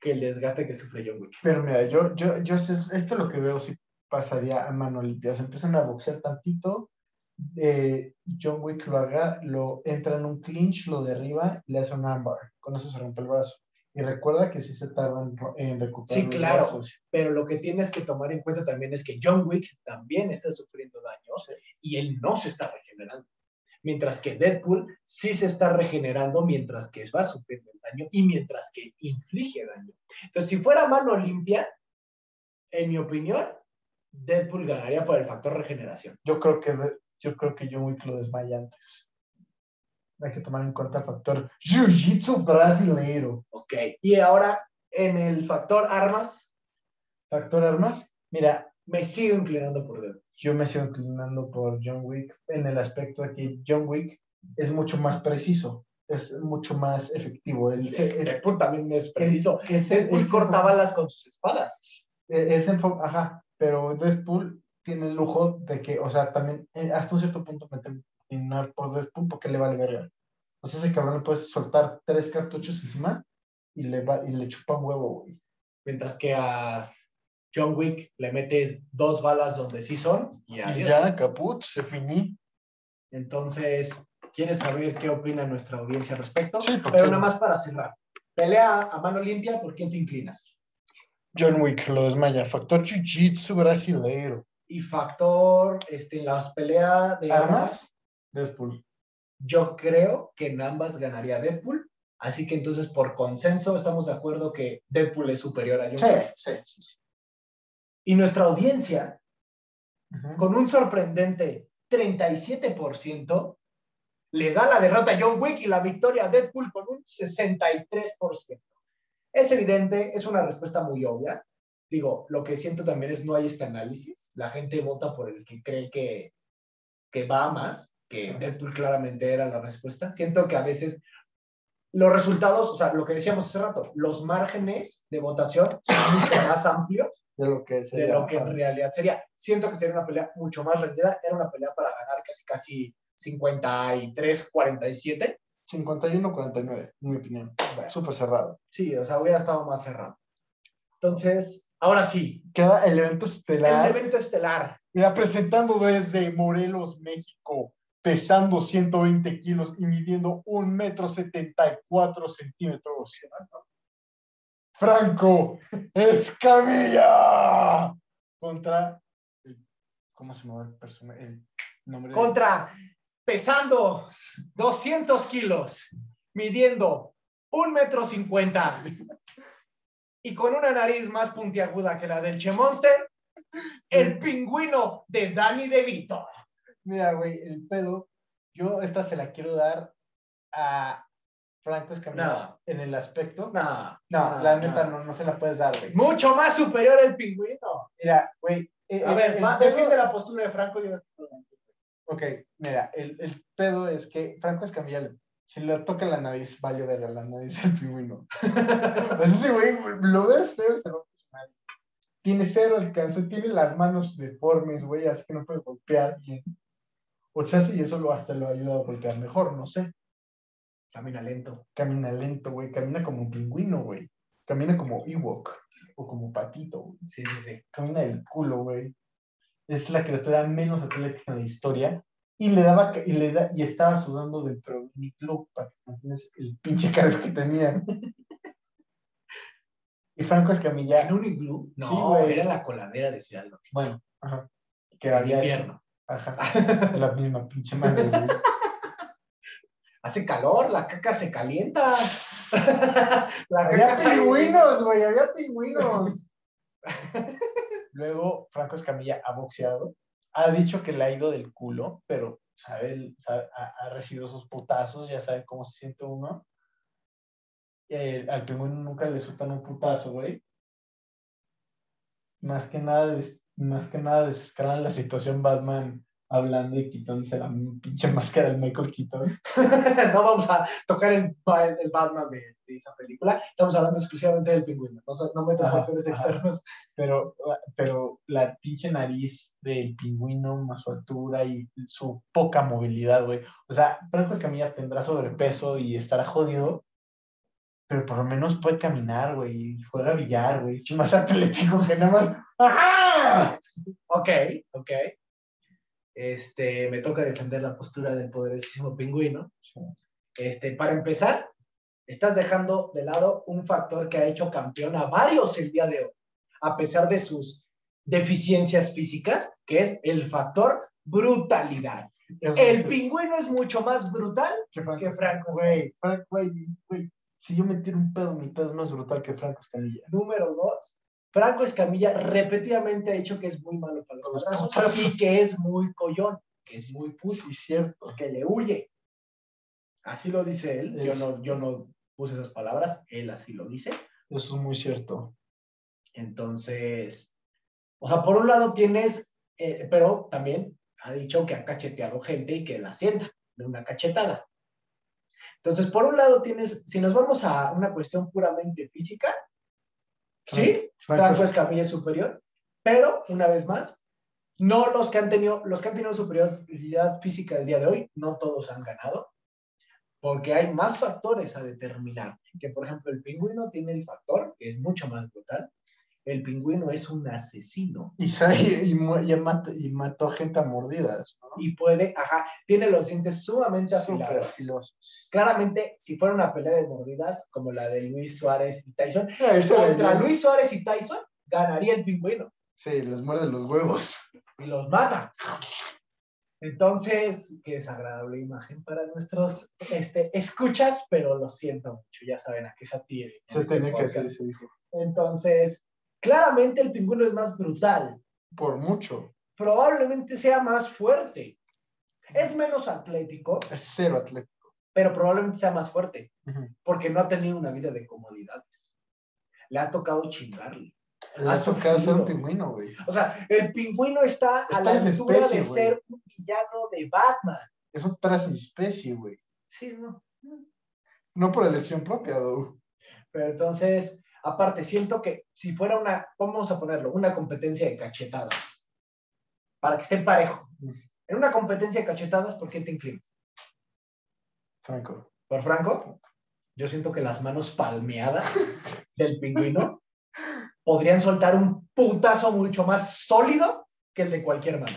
C: que el desgaste que sufre John Wick.
F: pero mira, yo, yo, yo, sé- esto es lo que veo si pasaría a mano limpia. O sea, empiezan a boxear tantito. eh, John Wick lo haga, lo entra en un clinch, lo derriba, le hace un armbar. Con eso se rompe el brazo. Y recuerda que sí se tardan en ro- en recuperar
C: Sí,
F: los
C: claro.
F: brazos.
C: Pero lo que tienes que tomar en cuenta también es que John Wick también está sufriendo daños y él no se está regenerando. Mientras que Deadpool sí se está regenerando mientras que va sufriendo el daño y mientras que inflige daño. Entonces, si fuera a mano limpia, en mi opinión, Deadpool ganaría por el factor regeneración.
F: yo creo que yo creo que John Wick lo desmaya antes. Hay que tomar en cuenta el factor Jiu-Jitsu brasileiro.
C: Ok. Y ahora, en el factor armas,
F: Factor armas. Mira,
C: me sigo inclinando por dedo.
F: yo me sigo inclinando por John Wick en el aspecto de que John Wick es mucho más preciso, es mucho más efectivo. Él, se- él-
C: Deadpool también es preciso.
F: él se- él
C: Deadpool
F: se-
C: corta balas con sus espadas.
F: Eh, es enfo- ajá, pero Deadpool tiene el lujo de que, o sea, también eh, hasta un cierto punto me tengo que inclinar por Deadpool porque le vale verga. O sea, ese cabrón le puedes soltar tres cartuchos encima y le, va, y le chupa un huevo, güey.
C: Mientras que a John Wick le metes dos balas donde sí son y
F: Y
C: adiós.
F: ya, caput, se finí.
C: Entonces, ¿Quieres saber qué opina nuestra audiencia al respecto?
D: Sí, ¿por
C: Pero
D: qué
C: nada
D: no?
C: más para cerrar. Pelea a mano limpia, ¿por quién te inclinas?
F: John Wick lo desmaya. Factor Jiu-Jitsu brasileiro.
C: Y factor, este, en las peleas de
F: ¿Armas?
C: armas,
F: Deadpool.
C: yo creo que en ambas ganaría Deadpool. Así que entonces, por consenso, estamos de acuerdo que Deadpool es superior a John Wick.
F: sí, sí. sí.
C: Y nuestra audiencia,
F: Ujú.
C: con un sorprendente 37%, le da la derrota a John Wick y la victoria a Deadpool con un 63%. Es evidente, es una respuesta muy obvia. Digo, lo que siento también es no hay este análisis. La gente vota por el que cree que, que va a más, que
F: Sí.
C: Deadpool claramente era la respuesta. Siento que a veces los resultados, o sea, lo que decíamos hace rato, los márgenes de votación son mucho más amplios
F: De lo que se
C: de lo que en realidad sería. Siento que sería una pelea mucho más rendida. Era una pelea para ganar casi casi 53, 47.
F: 51-49, en mi opinión.
C: Bueno,
F: Súper cerrado.
C: sí, o sea, hubiera estado más cerrado. Entonces, ahora sí,
F: Queda el evento
C: el
F: estelar.
C: evento estelar.
F: Mira, presentando desde Morelos, México, pesando 120 kilos y midiendo 1 metro 74 centímetros. ¿sí más, no? Franco Escamilla contra el- ¿cómo se llama el personaje? El nombre del-
C: Contra, pesando 200 kilos, midiendo 1 metro 50 y con una nariz más puntiaguda que la del Che Monster, el pingüino de Danny DeVito.
F: Mira, güey, el pedo, yo esta se la quiero dar a Franco Escamilla
C: No.
F: en el aspecto. No,
C: No,
F: la neta no, no se la puedes dar, güey.
C: Mucho más superior el pingüino.
F: Mira, güey, eh,
C: A
F: eh,
C: ver,
F: el
C: va,
F: pedo-
C: defiende la postura de Franco. Yo...
F: Ok, mira, el, el pedo es que Franco Escamilla, si le toca la nariz, va a llover a la nariz del pingüino. Así sí, güey, lo ves feo, se rompe su nariz. Tiene cero alcance, tiene las manos deformes, güey, así que no puede golpear bien. O chance y eso lo, hasta lo ayuda a golpear mejor, no sé.
C: Camina lento.
F: Camina lento, güey, camina como un pingüino, güey. Camina como Ewok o como patito, güey.
C: Sí, sí, sí.
F: camina del culo, güey. Es la criatura menos atlética de la historia. Y le daba, ca- y le da, y estaba sudando dentro de mi club para que imagines el pinche calor que tenía. y Franco Escamilla,
C: ¿En un iglú? No,
F: Sí, güey.
C: era la coladera de Ciudad López.
F: bueno, ajá, que
C: En
F: había hecho,
C: invierno.
F: ajá, la misma pinche madre, güey.
C: Hace calor, la caca se calienta. la
F: Había
C: caca se
F: pingüinos, güey, había pingüinos. Luego, Franco Escamilla ha boxeado, ha dicho que le ha ido del culo, pero sabe, el- sabe- ha, ha recibido sus putazos, ya sabe cómo se siente uno. Eh, al pingüino nunca le sueltan un putazo, güey. Más que nada, des- más que nada desescalan la situación Batman hablando y quitándose la pinche máscara del Michael Keaton.
C: No vamos a tocar el, ba- el Batman de, de esa película. Estamos hablando exclusivamente del pingüino. No, no metas
F: Ajá,
C: factores
F: ajá.
C: externos.
F: pero, pero la pinche nariz del pingüino más su altura y su poca movilidad, güey. O sea, Franco Escamilla tendrá sobrepeso y estará jodido, pero por lo menos puede caminar, güey, y juega a billar, güey. Es más atlético que nada más. ¡Ajá!
C: Ok, ok. Este, me toca defender la postura del poderosísimo pingüino. Este, para empezar, estás dejando de lado un factor que ha hecho campeón a varios el día de hoy, a pesar de sus deficiencias físicas, que es el factor brutalidad.
F: Eso
C: El
F: es-
C: pingüino es mucho más brutal
F: que Franco,
C: que Franco.
F: güey, Franco, güey, güey. Si yo me tiro un pedo, mi pedo es más brutal que Franco Escamilla.
C: Número dos, Franco Escamilla repetidamente ha hecho que es muy malo para
F: Con los
C: los madrazos
F: putazos.
C: y que es muy collón, que es muy puto,
F: Sí, cierto.
C: que le huye. Así lo dice él. Yo
F: Es-
C: no, yo no puse esas palabras, él así lo dice.
F: Eso es muy cierto.
C: Entonces, o sea, por un lado tienes, eh, pero también ha dicho que ha cacheteado gente y que la sienta de una cachetada. Entonces, por un lado tienes, si nos vamos a una cuestión puramente física, sí,
F: Franco-
C: Franco Escamilla es superior, pero una vez más, no los que han tenido, los que han tenido superioridad física el día de hoy, no todos han ganado, porque hay más factores a determinar, que por ejemplo el pingüino tiene el factor, que es mucho más brutal, el pingüino es un asesino.
F: Y, sa- y, mu- y mató, y mató gente a mordidas. ¿no?
C: Y puede, ajá, tiene los dientes sumamente
F: Súper
C: afilados.
F: filosos.
C: Claramente, si fuera una pelea de mordidas como la de Luis Suárez y Tyson,
F: Ah, ese
C: contra
F: era-
C: Luis Suárez y Tyson, ganaría el pingüino
F: Sí, les muerde los huevos.
C: y los mata. Entonces, qué desagradable imagen para nuestros este, escuchas, pero lo siento mucho, ya saben a qué se atiene.
F: Se
C: este
F: tenía que
C: podcast.
F: hacer ese hijo.
C: Entonces, claramente el pingüino es más brutal,
F: Por mucho.
C: probablemente sea más fuerte, es menos atlético,
F: Es cero atleta.
C: pero probablemente sea más fuerte,
F: Ujú.
C: porque no ha tenido una vida de comodidades. Le ha tocado chingarle.
F: Le
C: Ha
F: ha tocado
C: sufrido.
F: ser un pingüino, güey.
C: O sea, el pingüino está, a
F: Está
C: la
F: en su
C: altura
F: especie,
C: de
F: güey.
C: ser un villano de Batman.
F: Es otra especie, güey.
C: Sí, ¿no?
F: No por elección propia, güey.
C: Pero entonces, aparte, siento que si fuera una, vamos a ponerlo, una competencia de cachetadas, para que estén parejo. En una competencia de cachetadas, ¿por qué te inclinas?
F: Franco.
C: Por Franco, yo siento que las manos palmeadas del pingüino podrían soltar un putazo mucho más sólido que el de cualquier mano.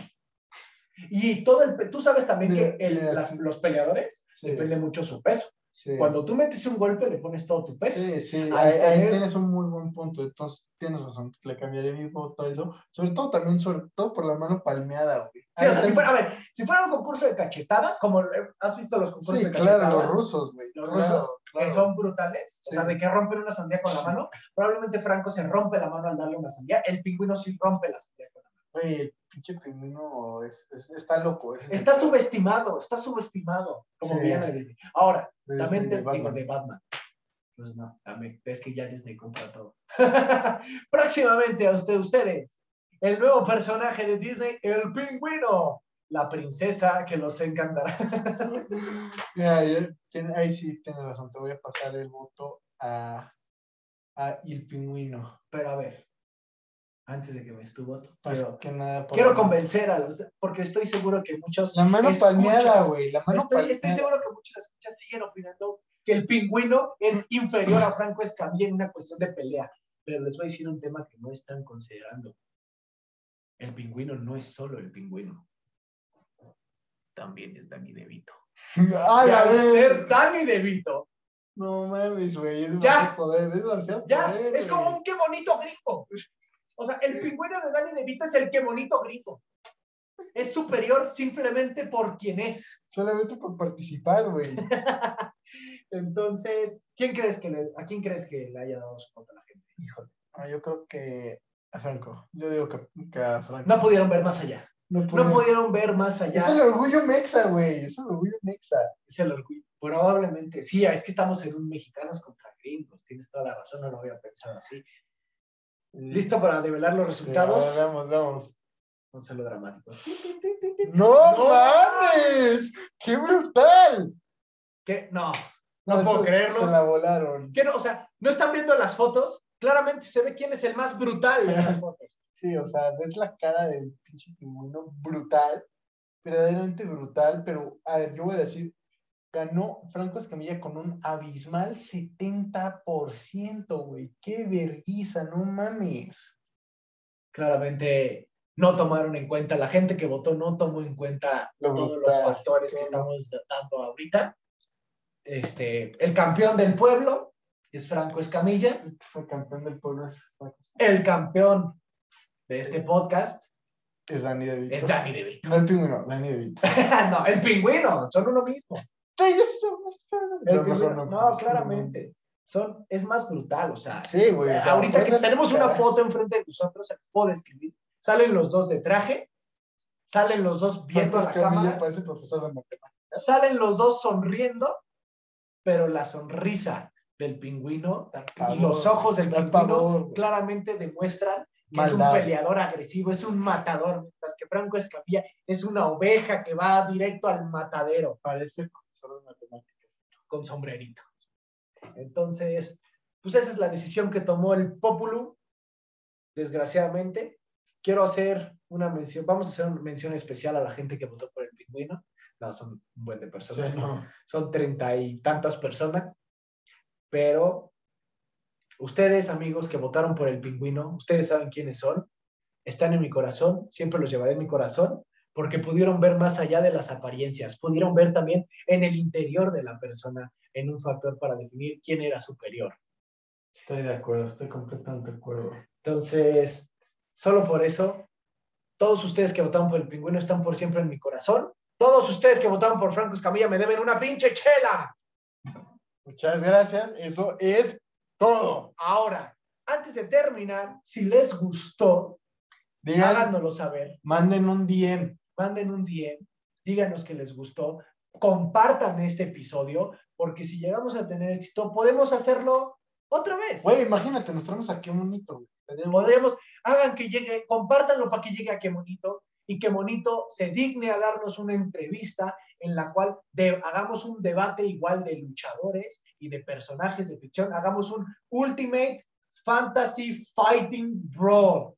C: Y todo el, pe- tú sabes también que
F: Mira,
C: el-
F: mira.
C: las- los peleadores
F: Sí,
C: depende mucho su peso.
F: sí.
C: Cuando tú metes un golpe, le pones todo tu peso.
F: Sí, sí,
C: Al
F: ahí, ahí
C: Pues, tener-
F: tienes un muy buen punto. Entonces, tienes razón. Le cambiaré mi voto a eso. Sobre todo también, sobre todo por la mano palmeada, güey.
C: Sí, o sea,
F: Ahí
C: si
F: está-
C: fuera, a ver, si fuera un concurso de cachetadas, como eh, has visto los concursos
F: Sí,
C: de
F: claro,
C: cachetadas,
F: los rusos, güey.
C: los
F: claro,
C: rusos,
F: claro.
C: que son brutales, o
F: Sí.
C: sea, de que rompen una sandía con la
F: Sí.
C: mano, probablemente Franco se rompe la mano al darle una sandía, el pingüino sí rompe la sandía con la mano.
F: Güey, el pinche pingüino es- es- está loco. es-
C: Está subestimado, está subestimado, como
F: Sí.
C: villano de Disney. Ahora,
F: es-
C: también
F: es
C: te
F: de
C: digo
F: Batman.
C: de Batman. Pues no, también, es que ya Disney compra todo. Próximamente a usted, ustedes, el nuevo personaje de Disney, el pingüino, la princesa que los encantará.
F: Mira, ya- tiene- ahí sí tienes razón. Te voy a pasar el voto a, a el pingüino.
C: Pero a ver, antes de que me estuvo voto,
F: Más
C: quiero,
F: que nada. por-
C: quiero convencer a los, porque estoy seguro que muchos,
F: La mano
C: Escuchas.
F: palmeada, güey. La mano
C: estoy, estoy
F: palmeada.
C: seguro que muchos escuchas siguen opinando que el pingüino es inferior a Franco Escamilla en una cuestión de pelea. Pero les voy a decir un tema que no están considerando. El pingüino no es solo el pingüino. También es Danny DeVito.
F: ¡Ah,
C: Y
F: la
C: al
F: verga!
C: ser Danny DeVito,
F: No mames, güey, es
C: Ya.
F: demasiado poder, es demasiado
C: ya,
F: poder,
C: es como
F: güey.
C: un qué bonito gringo. O sea, el pingüino de Danny DeVito es el qué bonito gringo. Es superior simplemente por quien es.
F: Solamente por participar, güey.
C: Entonces, ¿quién crees que le- ¿a quién crees que le haya dado su voto a la gente?
F: Híjole. Ah, yo creo que a Franco. Yo digo que, que a Franco.
C: No pudieron ver más allá.
F: No
C: No
F: puede.
C: pudieron ver más
F: Pues Es
C: allá.
F: el orgullo mexa, güey. Es el orgullo mexa.
C: Es el orgullo. Probablemente, sí, es que estamos en un mexicanos contra gringos. Tienes toda la razón, no lo había pensado así.
F: Mm.
C: ¿Listo para develar los
F: Sí,
C: resultados?
F: ahora vamos, vamos.
C: Un saludo dramático.
F: ¡No
C: No.
F: mames! ¡Qué brutal!
C: ¿Qué? No, No puedo
F: se-
C: creerlo.
F: Se la volaron.
C: ¿Qué no? O sea, ¿no están viendo las fotos? Claramente se ve quién es el más brutal en las fotos.
F: Sí, o sea, ves la cara del pinche pingüino brutal, verdaderamente brutal, pero a ver, yo voy a decir, ganó Franco Escamilla con un abismal 70%, güey. ¡Qué vergüenza, no mames!
C: claramente no tomaron en cuenta, la gente que votó no tomó en cuenta
F: Lo
C: todos los
F: brutal,
C: factores que
F: todo.
C: estamos dando ahorita. Este, el campeón del pueblo es Franco Escamilla,
F: Fue campeón del pueblo, es,
C: el campeón de este podcast
F: es Dani De Vito.
C: es Dani DeVito.
F: No el pingüino, Dani De Vito.
C: no, el pingüino, son uno mismo.
F: ¡Ay, eso, eso!
C: El
F: No, mejor
C: pingüino,
F: no,
C: no,
F: pues,
C: claramente. Son, es más brutal, o sea,
F: Sí, güey. o sea,
C: Ah, ahorita
F: ves
C: que
F: la
C: tenemos una
F: cara.
C: foto enfrente de nosotros, se los puedo describir. Salen los dos de traje, salen los dos viendo
F: Franco
C: a la cámara.
F: Escamilla parece profesor de matemáticas.
C: salen los dos sonriendo, pero la sonrisa del pingüino y los ojos del
F: Da
C: pingüino
F: pavor, güey.
C: claramente demuestran que
F: Maldad.
C: es un peleador agresivo, es un matador, mientras que Franco Escamilla es una oveja que va directo al matadero
F: Parece profesor de matemáticas.
C: con sombrerito. Entonces, pues esa es la decisión que tomó el Populum, desgraciadamente. Quiero hacer una mención, vamos a hacer una mención especial a la gente que votó por el pingüino. No, son un buen de personas
F: Sí, no.
C: son treinta y tantas personas, pero Ustedes, amigos que votaron por el pingüino, ustedes saben quiénes son. Están en mi corazón, siempre los llevaré en mi corazón, porque pudieron ver más allá de las apariencias, pudieron ver también en el interior de la persona, en un factor para definir quién era superior.
F: Estoy de acuerdo, estoy completamente de acuerdo.
C: Entonces, solo por eso, todos ustedes que votaron por el pingüino están por siempre en mi corazón. Todos ustedes que votaron por Franco Escamilla me deben una pinche chela.
D: Muchas gracias. Eso es todo.
C: Ahora, antes de terminar, si les gustó,
D: Digan,
C: háganoslo saber.
D: manden un DM.
C: Manden un DM, díganos que les gustó, compartan este episodio, porque si llegamos a tener éxito, podemos hacerlo otra vez.
D: Güey, imagínate, nos traemos aquí un monito. güey. Estaría bueno.
C: Podremos, hagan que llegue, compártanlo para que llegue a Qué Monito y que Monito se digne a darnos una entrevista en la cual de- hagamos un debate igual de luchadores y de personajes de ficción, hagamos un Ultimate Fantasy Fighting Brawl.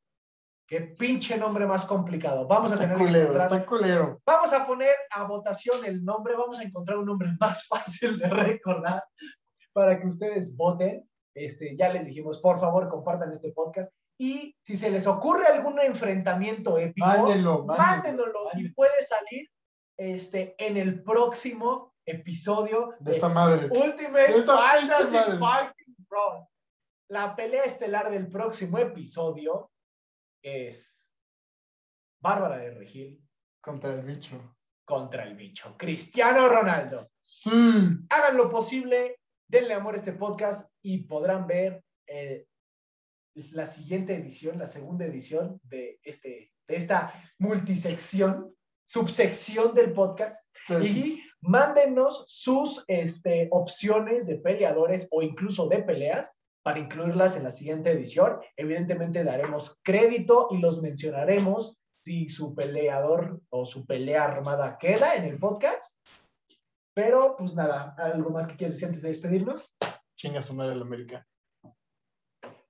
C: Qué pinche nombre más complicado. Vamos a
D: Está
C: tener que
D: culero,
C: encontrar-
D: está culero.
C: Vamos a poner a votación el nombre, vamos a encontrar un nombre más fácil de recordar para que ustedes voten. Este, ya les dijimos, por favor, compartan este podcast. Y si se les ocurre algún enfrentamiento épico,
D: Mándenlo, mándenlo.
C: mándenoslo y
D: mándenlo.
C: puede salir este, en el próximo episodio
D: De esta madre.
C: Ultimate
D: De esta
C: Fantasy
D: pinche madre.
C: Fighting Brawl. La pelea estelar del próximo episodio es Bárbara de Regil
D: Contra el bicho.
C: contra el bicho. Cristiano Ronaldo.
D: Sí.
C: Hagan lo posible, denle amor a este podcast y podrán ver eh, la siguiente edición, la segunda edición de, este, de esta multisección, subsección del podcast. Y mándenos sus este, opciones de peleadores o incluso de peleas para incluirlas en la siguiente edición. Evidentemente daremos crédito y los mencionaremos si su peleador o su pelea armada queda en el podcast. Pero pues nada, ¿algo más que quieres decir antes de despedirnos?
D: Chinga su madre el América.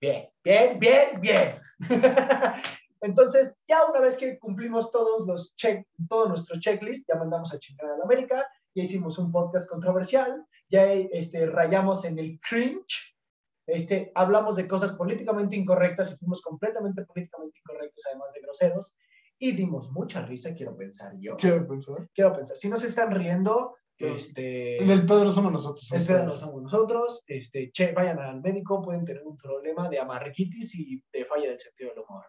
C: Bien, bien, bien, bien. Entonces, ya una vez que cumplimos todos los check, todo nuestro checklist, ya mandamos a chingar a la América, ya hicimos un podcast controversial, ya este, rayamos en el cringe, este, hablamos de cosas políticamente incorrectas y fuimos completamente políticamente incorrectos, además de groseros, y dimos mucha risa, quiero pensar yo.
D: Quiero pensar.
C: Quiero pensar, si no se están riendo,
D: Sí.
C: este...
F: Pues
D: El del Pedro somos nosotros. somos
C: Espera, no
D: ustedes.
C: somos nosotros. Este, che, vayan al médico, pueden tener un problema de amarquitis y de falla del sentido del humor.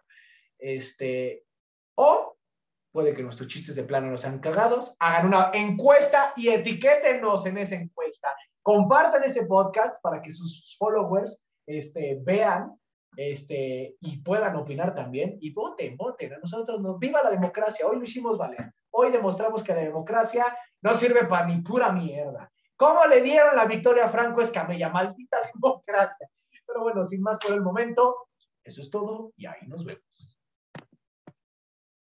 C: Este, o puede que nuestros chistes de plano no sean cagados. Hagan una encuesta y etiquétenos en esa encuesta. Compartan ese podcast para que sus followers este, vean este, y puedan opinar también. Y voten, voten. A nosotros nos viva la democracia. Hoy lo hicimos valer. Hoy demostramos que la democracia no sirve para ni pura mierda. ¿Cómo le dieron la victoria a Franco Escamella? Maldita democracia. Pero bueno, sin más por el momento, eso es todo y ahí nos vemos.